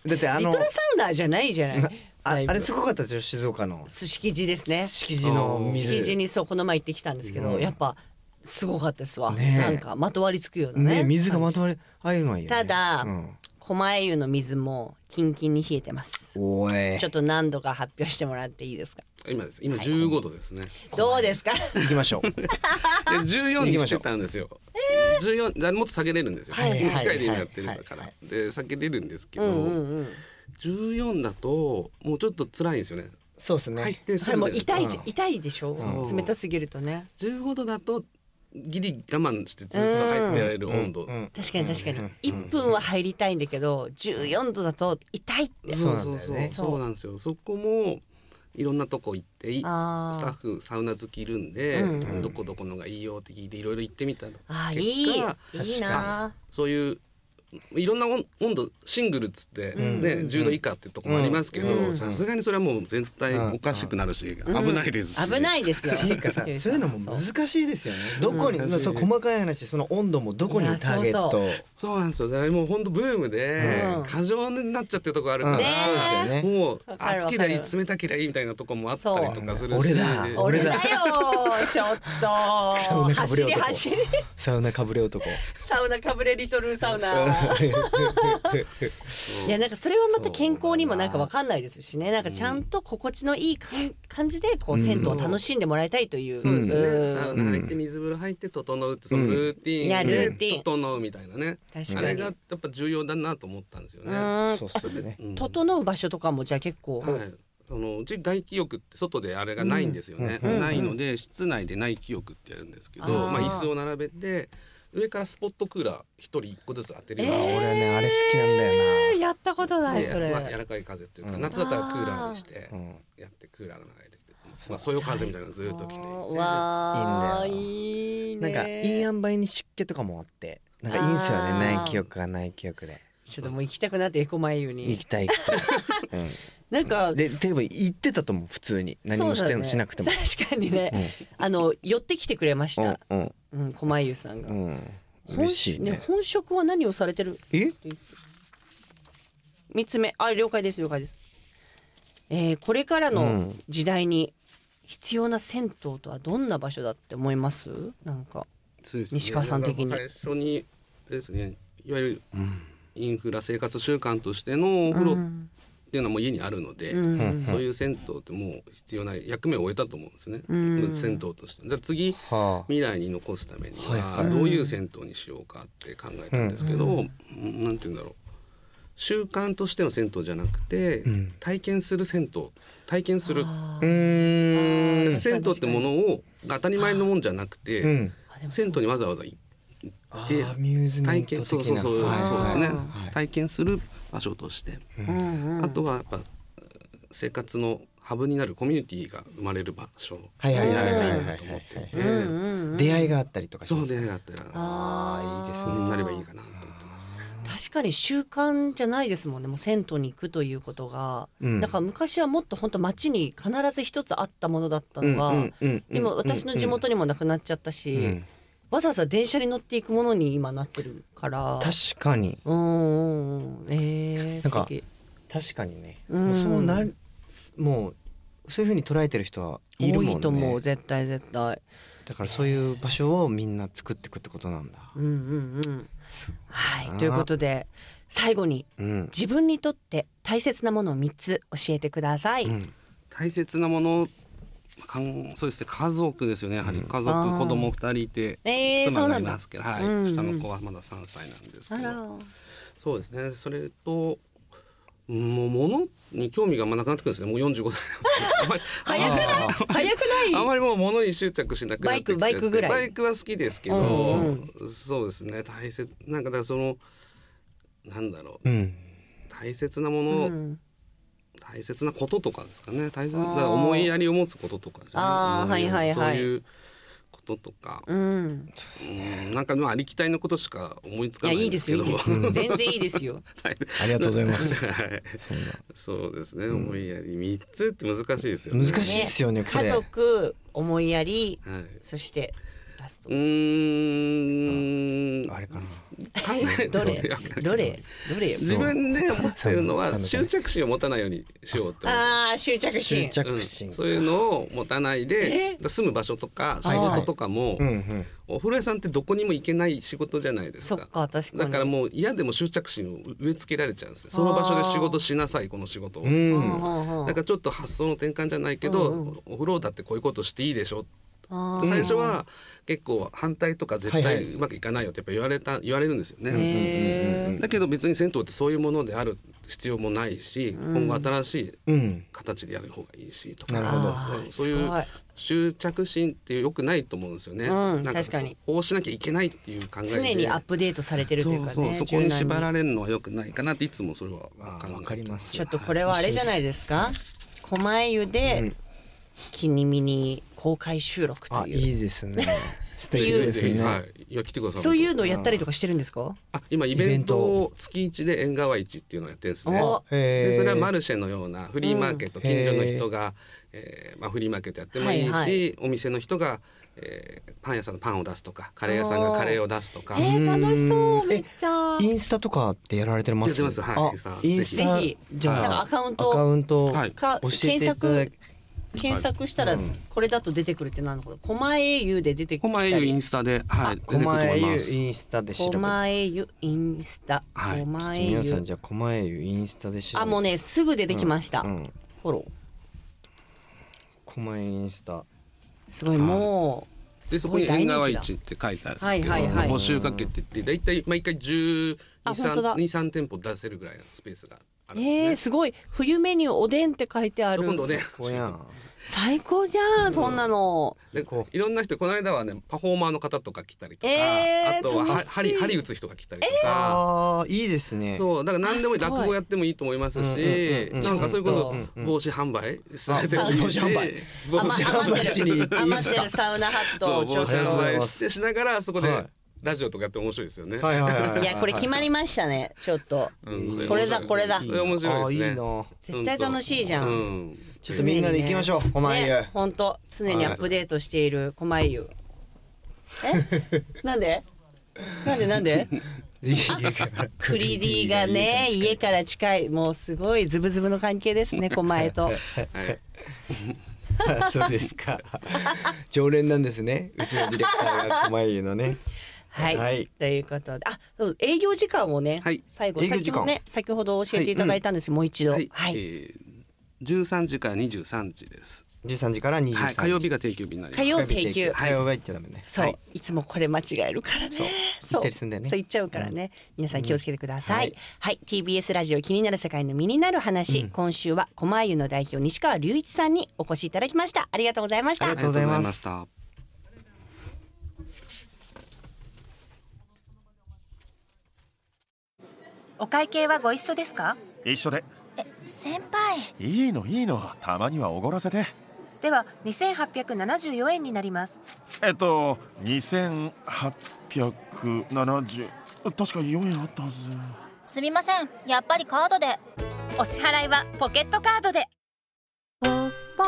Speaker 1: だってあ
Speaker 2: リ
Speaker 1: の
Speaker 2: トルサウナじゃないじゃない。
Speaker 1: ああ
Speaker 2: だいぶ
Speaker 1: れすごかったですよ静岡の
Speaker 2: す敷地ですね。
Speaker 1: 敷地の
Speaker 2: 築地
Speaker 1: 水
Speaker 2: にそうこの前行ってきたんですけど、
Speaker 1: うん
Speaker 2: やっぱすごかったですわ、
Speaker 1: ねえ
Speaker 2: なんかまとわりつくようなね
Speaker 1: ね水がまとわれああいうのはいいよね
Speaker 2: ただ
Speaker 1: うん
Speaker 2: 狛江湯の水もキンキンに冷えてます
Speaker 1: おい
Speaker 2: ちょっと何度か発表してもらっていいですか
Speaker 8: 今です今15度ですね、
Speaker 2: どうですか
Speaker 1: 行きましょう
Speaker 8: で14にしてたんですよ。14じゃあもっと下げれるんですよ。
Speaker 2: はいはい
Speaker 8: 今機械で今やってるから、
Speaker 1: はい
Speaker 8: で下げれるんですけ
Speaker 2: う
Speaker 8: ど、
Speaker 2: んうんうん
Speaker 8: 14だともうちょっと辛いんですよね。
Speaker 1: そうです
Speaker 8: 入っ
Speaker 1: ね
Speaker 8: て
Speaker 2: そ
Speaker 8: す
Speaker 2: れ
Speaker 8: ぐ
Speaker 2: も
Speaker 8: 出る
Speaker 2: 痛いじ、
Speaker 1: うん
Speaker 2: 痛いでしょ、
Speaker 8: そう
Speaker 2: 冷たすぎるとね
Speaker 8: 15度だとギリ我慢してずっと入ってられる <laughs> 温度。
Speaker 1: うん
Speaker 2: 確かに確かに1分は入りたいんだけど14度だと痛いって
Speaker 8: そうそう
Speaker 1: そ
Speaker 8: そ
Speaker 1: なんだよ
Speaker 8: うう、
Speaker 1: ね
Speaker 8: そうなんですよ。そこもいろんなとこ行っていスタ
Speaker 2: あー
Speaker 8: ッフサウナ好きいるんで、
Speaker 2: うんう
Speaker 8: どこどこのがいいよって聞いていろいろ行ってみたの
Speaker 2: あー
Speaker 8: 結
Speaker 2: いい
Speaker 8: 果
Speaker 2: いいな
Speaker 8: そういういろんな温温度シングルっつって、
Speaker 1: ん
Speaker 8: ね10度以下ってとこもありますけ
Speaker 2: う
Speaker 8: ど
Speaker 2: ん
Speaker 8: さすがにそれはもう全体
Speaker 1: うん
Speaker 8: おかしくなるし、
Speaker 2: うん
Speaker 8: 危ないですし、
Speaker 2: 危ないですよ
Speaker 1: っていうかさそういうのも難しいですよねどこに、
Speaker 8: うん
Speaker 1: そう細かい話その温度もどこに
Speaker 2: いや
Speaker 1: ターゲット
Speaker 2: そう
Speaker 8: そうなんですよだからもうほんとブームで、
Speaker 2: うん
Speaker 8: 過剰になっちゃってるとこあるから、
Speaker 1: うん
Speaker 2: ねえ
Speaker 1: そうですよね
Speaker 8: もう
Speaker 2: わかるわかる
Speaker 8: 暑けりゃいい冷たけりゃいいみたいなとこもあったりとかするし
Speaker 1: そう俺だ
Speaker 8: で
Speaker 2: 俺だよちょっ
Speaker 1: サウ
Speaker 2: と
Speaker 1: ナかぶ
Speaker 2: 走
Speaker 1: れ
Speaker 2: り
Speaker 1: 男
Speaker 2: 走り
Speaker 1: サウナかぶれ男
Speaker 2: サウナかぶれリトルサ
Speaker 1: <laughs>
Speaker 2: ウナいやなんかそれはまた健康にもなんかわかんないですしねなんかちゃんと心地のいいかん感じでこう銭湯を楽しんでもらいたいという、
Speaker 8: そうですよね、
Speaker 2: うん
Speaker 8: サウナ入って水風呂入って整うってそのルーティ
Speaker 2: うんいやルー
Speaker 8: ン
Speaker 2: ティ
Speaker 8: で
Speaker 2: ン
Speaker 8: 整うみたいなね、
Speaker 2: 確
Speaker 8: あ
Speaker 2: か
Speaker 8: れ
Speaker 2: に
Speaker 8: がやっぱ重要だなと思ったんですよね。
Speaker 2: うん
Speaker 1: そうっすよね
Speaker 8: うん
Speaker 2: 整う場所とかもじゃあ結構、
Speaker 8: はい、そのうち外気浴って外であれがないんですよね、
Speaker 1: うん
Speaker 2: うん
Speaker 8: ないので室内で内気浴ってやるんですけど
Speaker 2: あー
Speaker 8: まあ、椅子を並べて上からスポットクーラー一人一個ずつ当てるようにし
Speaker 1: 俺
Speaker 8: て、
Speaker 1: ねあれ好きなんだよ
Speaker 2: やったことない
Speaker 8: で
Speaker 2: それ、
Speaker 8: まあ、柔らかい風っていうか、
Speaker 1: うん
Speaker 8: 夏だったらクーラーにして
Speaker 1: な、うん、
Speaker 8: やってクーラーが流れてきて、まあ、そよ風みたいなのずっと来ていて
Speaker 2: うわー
Speaker 1: い
Speaker 2: いい
Speaker 1: なん
Speaker 2: ね
Speaker 1: か <laughs> いい塩梅に湿気とかもあってなんかいいんすよね
Speaker 2: あー
Speaker 1: ない記憶がない記憶で
Speaker 2: ちょっともう行きたくなってエコマイユ
Speaker 1: 行
Speaker 2: に
Speaker 1: きたい行きたい、
Speaker 2: <laughs> なんか
Speaker 1: うん、で例えば行ってたとも普通に何もして
Speaker 2: そうだね
Speaker 1: しなくても
Speaker 2: 確かにね、あの寄ってきてくれまし
Speaker 1: うん
Speaker 2: た、
Speaker 1: うん
Speaker 2: うん、狛江湯さんが、
Speaker 1: うん嬉
Speaker 2: 本
Speaker 1: しいね
Speaker 2: 本職は何をされてる
Speaker 1: え
Speaker 2: 三つ目あ了解です了解です、えー、これから
Speaker 1: う
Speaker 2: の
Speaker 1: ん
Speaker 2: 時代に必要な銭湯とはどんな場所だって思いますなんか
Speaker 8: そうです
Speaker 2: 西川さん的に
Speaker 8: だから最初にあれですねいわゆるインフラ生活習慣としてのお風呂っていうのはもう家にあるので、
Speaker 2: うん、
Speaker 8: そういう銭湯ってもう必要ない役目を終えたと思うんですね、
Speaker 2: うん
Speaker 8: 銭湯として。じゃあ次
Speaker 1: はあ
Speaker 8: 未来に残すために
Speaker 1: は
Speaker 8: はどういう銭湯にしようかって考えたんですけど、うんなんて言うんだろう習慣としての銭湯じゃなくて、
Speaker 1: ん
Speaker 8: 体験する銭湯体験する
Speaker 2: あ
Speaker 1: う
Speaker 2: ー
Speaker 1: ーん
Speaker 8: 銭湯ってものをが当たり前のもんじゃなくて、
Speaker 1: うん
Speaker 2: あでも
Speaker 8: 銭湯にわざわざ行
Speaker 1: あ
Speaker 8: って
Speaker 1: ーアミューズメ
Speaker 8: 体
Speaker 1: ント的
Speaker 8: 験
Speaker 1: な
Speaker 8: そうそうそう、
Speaker 1: はい
Speaker 8: そうですね、
Speaker 1: はい
Speaker 8: 体験する場所として、
Speaker 2: うんうん
Speaker 8: あとはやっぱ生活のハブになるコミュニティが生まれる場所に
Speaker 1: はい
Speaker 8: な
Speaker 1: はい
Speaker 8: れ
Speaker 1: はいはい
Speaker 8: ばいい
Speaker 1: は
Speaker 8: ないと思っていて、
Speaker 2: うんうんうん
Speaker 1: 出会いがあったりとかし
Speaker 8: そ
Speaker 1: ま
Speaker 8: う
Speaker 1: す
Speaker 8: で
Speaker 1: ね
Speaker 8: なったら
Speaker 2: あー
Speaker 1: いいです
Speaker 8: うんなればいいかなと思ってます。
Speaker 2: 確かに習慣じゃないですもんねもう銭湯に行くということが、
Speaker 1: うん
Speaker 2: なんか昔はもっと本当街に必ず一つあったものだったのが、今私の地元にもなくなっちゃったし、
Speaker 1: うん
Speaker 2: わざわざ電車に乗っていくものに今なってるから
Speaker 1: 確かに
Speaker 2: うんうんうんえー、
Speaker 1: なんか
Speaker 2: 素敵
Speaker 1: 確かにね、
Speaker 2: うん
Speaker 1: もうそうなるもうそういうふうに捉えてる人はいるもんね
Speaker 2: 多いと思う絶対絶対
Speaker 1: だからそういう場所をみんな作っていくってことなんだ、
Speaker 2: うんうんうんはい、ということで最後に
Speaker 1: うん
Speaker 2: 自分にとって大切なものを3つ教えてください。
Speaker 1: うん
Speaker 8: 大切なものかんそうですね家族ですよねやはり家
Speaker 2: あ
Speaker 8: 族
Speaker 2: ー
Speaker 8: 子供二人いて
Speaker 2: えー、そ
Speaker 8: 妻
Speaker 2: う
Speaker 8: が
Speaker 2: ないんだ
Speaker 8: ま。すけど、はい
Speaker 2: うんうん
Speaker 8: 下の子はまだ3歳なんです
Speaker 2: あ
Speaker 8: け
Speaker 2: ら
Speaker 8: ど、そうですねそれとうんもう物に興味があんまなくなってくるんですねもう45歳なんですけどあんまり
Speaker 2: <laughs> 早くない
Speaker 1: あー
Speaker 2: 早く
Speaker 8: <laughs> あん
Speaker 2: ない。
Speaker 8: まりもう物に執着しなくなってきちゃって
Speaker 2: バイクバイクぐらい
Speaker 8: バイクは好きですけど、
Speaker 2: うん
Speaker 8: そうですね大切なんかだからそのなんだろう
Speaker 1: うん
Speaker 8: 大切なも
Speaker 2: う
Speaker 8: の、
Speaker 2: ん、
Speaker 8: 大切なこととかですかね大切
Speaker 2: あー
Speaker 8: だから思いやりを持つこととかですね
Speaker 2: あー
Speaker 8: 思やり
Speaker 2: はいはいはい
Speaker 8: そういうこととか、
Speaker 2: うん、
Speaker 8: うん、なんかまあありきたりのことしか思いつ
Speaker 2: い
Speaker 8: か
Speaker 2: や
Speaker 8: ない
Speaker 2: い
Speaker 8: い
Speaker 2: い
Speaker 8: んで
Speaker 2: ですす
Speaker 8: け
Speaker 2: よ
Speaker 8: ど
Speaker 2: いいですよ全然いいですよ。
Speaker 1: ありがとうございます
Speaker 8: はい <laughs> そうですね、思いやり三つって難しいですよね
Speaker 1: 難しい <laughs> ですよねこ
Speaker 2: 家
Speaker 1: れ
Speaker 2: 族思いやり
Speaker 8: はい、
Speaker 2: そしてラスト
Speaker 8: うーん
Speaker 1: あれかな
Speaker 8: 考え
Speaker 2: どれ
Speaker 8: わかんない
Speaker 2: どれどれよ。
Speaker 8: 自分で思ってるの
Speaker 1: そう
Speaker 8: は
Speaker 1: ね
Speaker 8: 執着心を持たないようにしようって思う
Speaker 2: ああ執着
Speaker 1: 執
Speaker 2: 心。
Speaker 1: 着
Speaker 8: う
Speaker 1: 心
Speaker 8: ん、そういうのを持たないで住む場所とか仕事とかも、
Speaker 1: うんうん
Speaker 8: お風呂屋さんってどこにも行けない仕事じゃないです
Speaker 2: そ
Speaker 8: か
Speaker 2: っか確かに。
Speaker 8: だからもう嫌でも執着心を植え付けられちゃうんですよその場所で仕事しなさいこの仕事を、
Speaker 1: うん
Speaker 2: うんうんうん
Speaker 8: だからちょっと発想の転換じゃないけど、
Speaker 2: うんう
Speaker 8: お風呂だってこういうことしていいでしょ
Speaker 2: あー
Speaker 8: 最初は結構反対とか絶
Speaker 1: はいは
Speaker 8: 対
Speaker 1: いう
Speaker 8: まくいかないよってやっぱ言われた言われるんですよね、
Speaker 2: へー
Speaker 8: だけど別に銭湯ってそういうものである必要もないし、今後新しい
Speaker 1: うん
Speaker 8: 形でやる方がいいしとか
Speaker 1: なるほど
Speaker 2: あー
Speaker 8: そういう
Speaker 2: すごい
Speaker 8: 執着心って良くないと思うんですよね、
Speaker 2: うん
Speaker 8: なん
Speaker 2: 確かに
Speaker 8: こうしなきゃいけないっていう考えで
Speaker 2: 常にアップデートされてると
Speaker 8: そ
Speaker 2: いうか
Speaker 8: う
Speaker 2: ね。
Speaker 8: そうそこに
Speaker 2: 柔
Speaker 8: 縛
Speaker 2: 軟
Speaker 8: られるのは良くないかなっていつもそれは
Speaker 1: あ
Speaker 8: 考え
Speaker 1: ーわかります
Speaker 2: ちょっとこれはあれじゃないですか。狛江湯で君ミに公開収録と
Speaker 1: あ
Speaker 2: いう。
Speaker 1: いいですね素
Speaker 8: ぜ
Speaker 1: 敵
Speaker 8: ひぜ
Speaker 1: で
Speaker 8: ひ
Speaker 1: す
Speaker 8: は
Speaker 1: ね
Speaker 8: い、いや来てください
Speaker 2: そういうのをやったりとかしてるんですか。
Speaker 8: あ今イベントを月一で縁側市っていうのをやってるんですね
Speaker 2: お
Speaker 1: へー
Speaker 8: でそれはマルシェのようなフリーマーケット、
Speaker 1: うん
Speaker 8: 近所の人が、えーまあ、フリーマーケットやってもいいし、
Speaker 2: はいはい
Speaker 8: お店の人が、えーパン屋さんのパンを出すとかカレー屋さんがカレーを出すとか
Speaker 2: えー、楽しそう
Speaker 1: うん
Speaker 2: めっちゃ。
Speaker 1: インスタとかってやられてます
Speaker 8: やってますはい
Speaker 1: あ
Speaker 8: さあ
Speaker 1: インスタ
Speaker 2: ぜひ
Speaker 1: じ
Speaker 2: なん
Speaker 1: ゃ
Speaker 2: か
Speaker 1: あ
Speaker 2: アカウン
Speaker 1: アカ
Speaker 2: ト
Speaker 1: ウント
Speaker 8: はい
Speaker 2: か
Speaker 1: 教えていただ
Speaker 2: 検
Speaker 1: き
Speaker 2: 索検索したらこれだと出てくるって何のこと。狛江湯で出てきた
Speaker 8: こ
Speaker 2: り。
Speaker 8: まえインスタで、はい、出てくる
Speaker 1: 狛
Speaker 8: と思
Speaker 1: 江
Speaker 8: いま
Speaker 1: 湯
Speaker 8: す。
Speaker 1: インスタで調べて
Speaker 2: 狛江湯インスタ。
Speaker 8: はい
Speaker 2: 狛江
Speaker 1: 皆さん
Speaker 2: 湯。
Speaker 1: じゃあ狛江湯インスタで調べて
Speaker 2: あもうねすぐ出てきました。
Speaker 1: うん
Speaker 2: フォロー。
Speaker 1: 狛江インスタ
Speaker 2: すごいもう。
Speaker 8: でそこに縁側市って書いてあるんですけど、
Speaker 2: はいはいはい
Speaker 8: 募集かけててだいたい毎回1 2
Speaker 2: あ本当だ
Speaker 8: 2三店舗出せるぐらいのスペースがある
Speaker 2: え
Speaker 8: ん
Speaker 2: ー、
Speaker 8: ですね。
Speaker 2: すごい冬メニューおでんって書いてあ
Speaker 8: そ
Speaker 2: る
Speaker 8: う今度ね
Speaker 1: こうやん
Speaker 2: 最高じゃん、そんなの
Speaker 8: で
Speaker 1: こ
Speaker 8: いろんな人この間はねパフォーマーの方とか来たりとか、
Speaker 2: えー
Speaker 8: あとはは
Speaker 2: 楽しい
Speaker 8: 針針打つ人が来たりとか、
Speaker 1: あーいいですね
Speaker 8: そうだから何でもいい
Speaker 2: あすごい
Speaker 8: 落語やってもいいと思いま
Speaker 1: う
Speaker 8: すし、
Speaker 1: んうんうんうん
Speaker 8: なんかそれこ
Speaker 2: う
Speaker 8: そ
Speaker 2: ん
Speaker 1: うん
Speaker 8: 帽子販売されてもいいし <laughs>
Speaker 1: あ帽子販売
Speaker 8: 帽子販売
Speaker 1: 余ってる
Speaker 2: 余ってるサウナハット
Speaker 8: そ
Speaker 2: を
Speaker 8: う
Speaker 2: ちょ
Speaker 8: 帽
Speaker 2: っ
Speaker 8: 子
Speaker 1: ありがとう
Speaker 8: 販
Speaker 1: ござい
Speaker 8: 売
Speaker 1: ま
Speaker 8: し
Speaker 1: す
Speaker 8: てしながらそこ
Speaker 1: はい
Speaker 8: でラジオとかやって面白いですよね。
Speaker 1: はいはいはいは
Speaker 2: といやこれ決まりましたねちょっと
Speaker 8: うんそれ
Speaker 2: これだこれだ
Speaker 8: それ面白い
Speaker 1: あ
Speaker 8: で
Speaker 1: い
Speaker 8: す
Speaker 1: いな
Speaker 8: ね。
Speaker 2: 絶対楽しいじゃ、
Speaker 8: うんん。
Speaker 1: ちょっとみんなで行きましょう狛江湯
Speaker 2: ねほんと常にアップデートしている狛江湯
Speaker 1: <laughs>
Speaker 2: えなんでなんでなんでフリディがね家から近いもうすごいズブズブの関係ですね狛江と
Speaker 8: はい。
Speaker 1: そうですか常連なんですねうちのディレクターが狛江湯のね
Speaker 2: はい、
Speaker 1: はい
Speaker 2: ということであそう営業時間をね、
Speaker 8: はい
Speaker 2: 最後
Speaker 1: 営業
Speaker 2: 先
Speaker 1: 時
Speaker 2: ほ
Speaker 1: 間
Speaker 2: どね先ほど教えていただいたんです、もう一度
Speaker 8: は
Speaker 2: はい
Speaker 8: い、。え十、三時から二十三時です。
Speaker 1: 13時から23時、
Speaker 8: はい、火曜日が定休日になりま
Speaker 2: 火
Speaker 8: す。
Speaker 2: 曜定休
Speaker 1: 火曜日は行っちゃダメね
Speaker 2: そう、
Speaker 8: はいい、
Speaker 2: つもこれ間違えるからね
Speaker 1: 行ったりすんだよね
Speaker 2: そう言っちゃうからね、皆さん気をつけてください、
Speaker 1: うん
Speaker 2: はい、TBS ラジオ気になる世界の身になる話、今週は狛江湯の代表西川隆一さんにお越しいただきましたありがとうございました
Speaker 1: ありがとうございます
Speaker 8: ありがとうございました。
Speaker 7: お会計はご一緒ですか
Speaker 4: 一緒で
Speaker 5: 先輩
Speaker 4: いいのいいのたまにはおごらせて
Speaker 7: では2874円になります
Speaker 4: えっと2870確か4円あったはず
Speaker 5: すみませんやっぱりカードで
Speaker 7: お支払いはポケットカードで
Speaker 6: ポッポ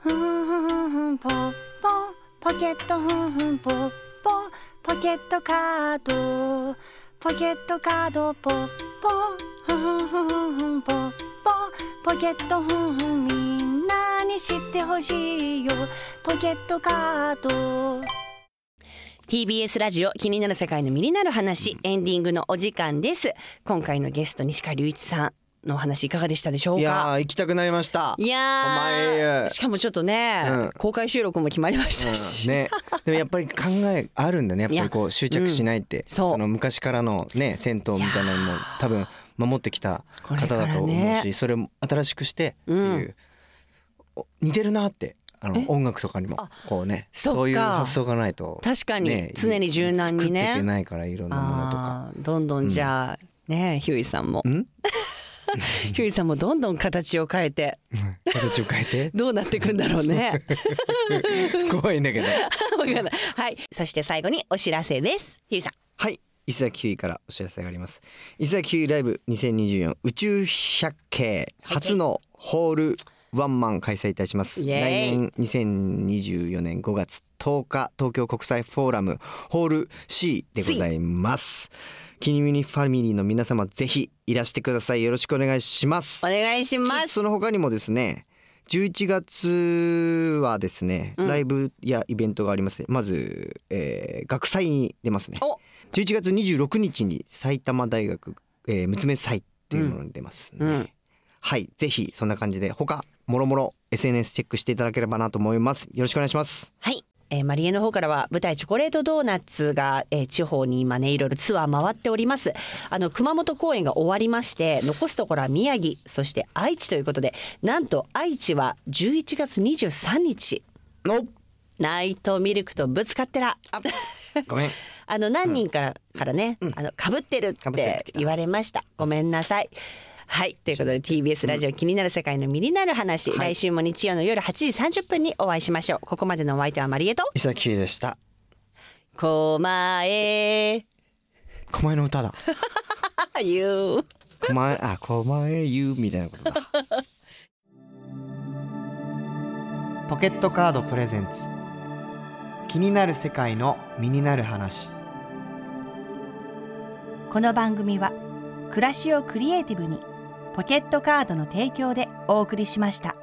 Speaker 6: ふんふんふんふんポッポポケットふんふんポッポポケットカードポケットカードポッポふんふんふんふんポッポポケットふんふんみんなに知ってほしいよポケットカード
Speaker 2: TBS ラジオ気になる世界の身になる話、エンディングのお時間です今回のゲスト西川隆一さんのお話いかがでしたでしょう
Speaker 1: いや
Speaker 2: か
Speaker 1: ー行きたくなりました
Speaker 2: いや
Speaker 1: お前
Speaker 2: ーしかもちょっとね、
Speaker 1: うん
Speaker 2: 公開収録も決まりましたし、
Speaker 1: ね、でもやっぱり考えあるんだねやっぱりこう執着しないって
Speaker 2: んそう
Speaker 1: の昔からのね銭湯みたいなのも多分守ってきた方だと思うし、
Speaker 2: これからね
Speaker 1: それも新しくしてっていう、お似てるなってあの音楽とかにもこうね
Speaker 2: そっか
Speaker 1: ういう発想がないと
Speaker 2: 確かに、
Speaker 1: ね
Speaker 2: 常に柔軟にね
Speaker 1: 作っていけないからいろんなものとか。
Speaker 2: あーどんどんじゃあ、ねヒューイさんも
Speaker 1: ん
Speaker 2: <laughs> ヒューイさんもどんどん形を変えて
Speaker 1: 形を変え
Speaker 2: <laughs> どうなっていくんだろうね
Speaker 1: て <laughs> 怖いんだけど
Speaker 2: <laughs> わかんないはいそして最後にお知らせですヒューイさん
Speaker 1: はい伊勢崎ヒューイからお知らせがあります伊勢崎ヒューイライブ2024宇宙百景初のホールワンマン開催いたします来
Speaker 2: イエ
Speaker 1: 年2024年5月10日東京国際フォーラムホール C でございますキニミニファミリーの皆様ぜひいらしてくださいよろしくお願いします
Speaker 2: お願いしま
Speaker 1: そ
Speaker 2: す
Speaker 1: その他にもですね11月はですね、
Speaker 2: うん
Speaker 1: ライブやイベントがありますまず、えー学祭に出ますね
Speaker 2: お
Speaker 1: 11月26日に埼玉大学、えー、娘祭っていうものに出ますね、
Speaker 2: うんうん
Speaker 1: はいぜひそんな感じで他もろもろ SNS チェックしていただければなと思いますよろしくお願いします
Speaker 2: はい、えー、マリエの方からは舞台チョコレートドーナツが、えー、地方に今ねいろいろツアー回っておりますあの熊本公演が終わりまして残すところは宮城そして愛知ということでなんと愛知は11月23日
Speaker 1: の
Speaker 2: ナイトミルクとぶつかってら
Speaker 1: ごめん
Speaker 2: <laughs> あの何人から、からね、あの被ってるっ
Speaker 1: 被ってるっ
Speaker 2: て
Speaker 1: て来た
Speaker 2: 言われました。ごめんなさい。はいということで TBS ラジオ気になる世界の身になる話、来週も日曜の夜8時30分にお会いしましょう。ここまでのお相手はマリエと
Speaker 1: 伊崎ヒューイでした
Speaker 2: こまえ
Speaker 1: 狛江の歌だ
Speaker 2: ゆう。
Speaker 1: 狛江あ狛江ゆうみたいなことだポケットカードプレゼンツ気になる世界の身になる話
Speaker 9: この番組は暮らしをクリエイティブにポケットカードの提供でお送りしました。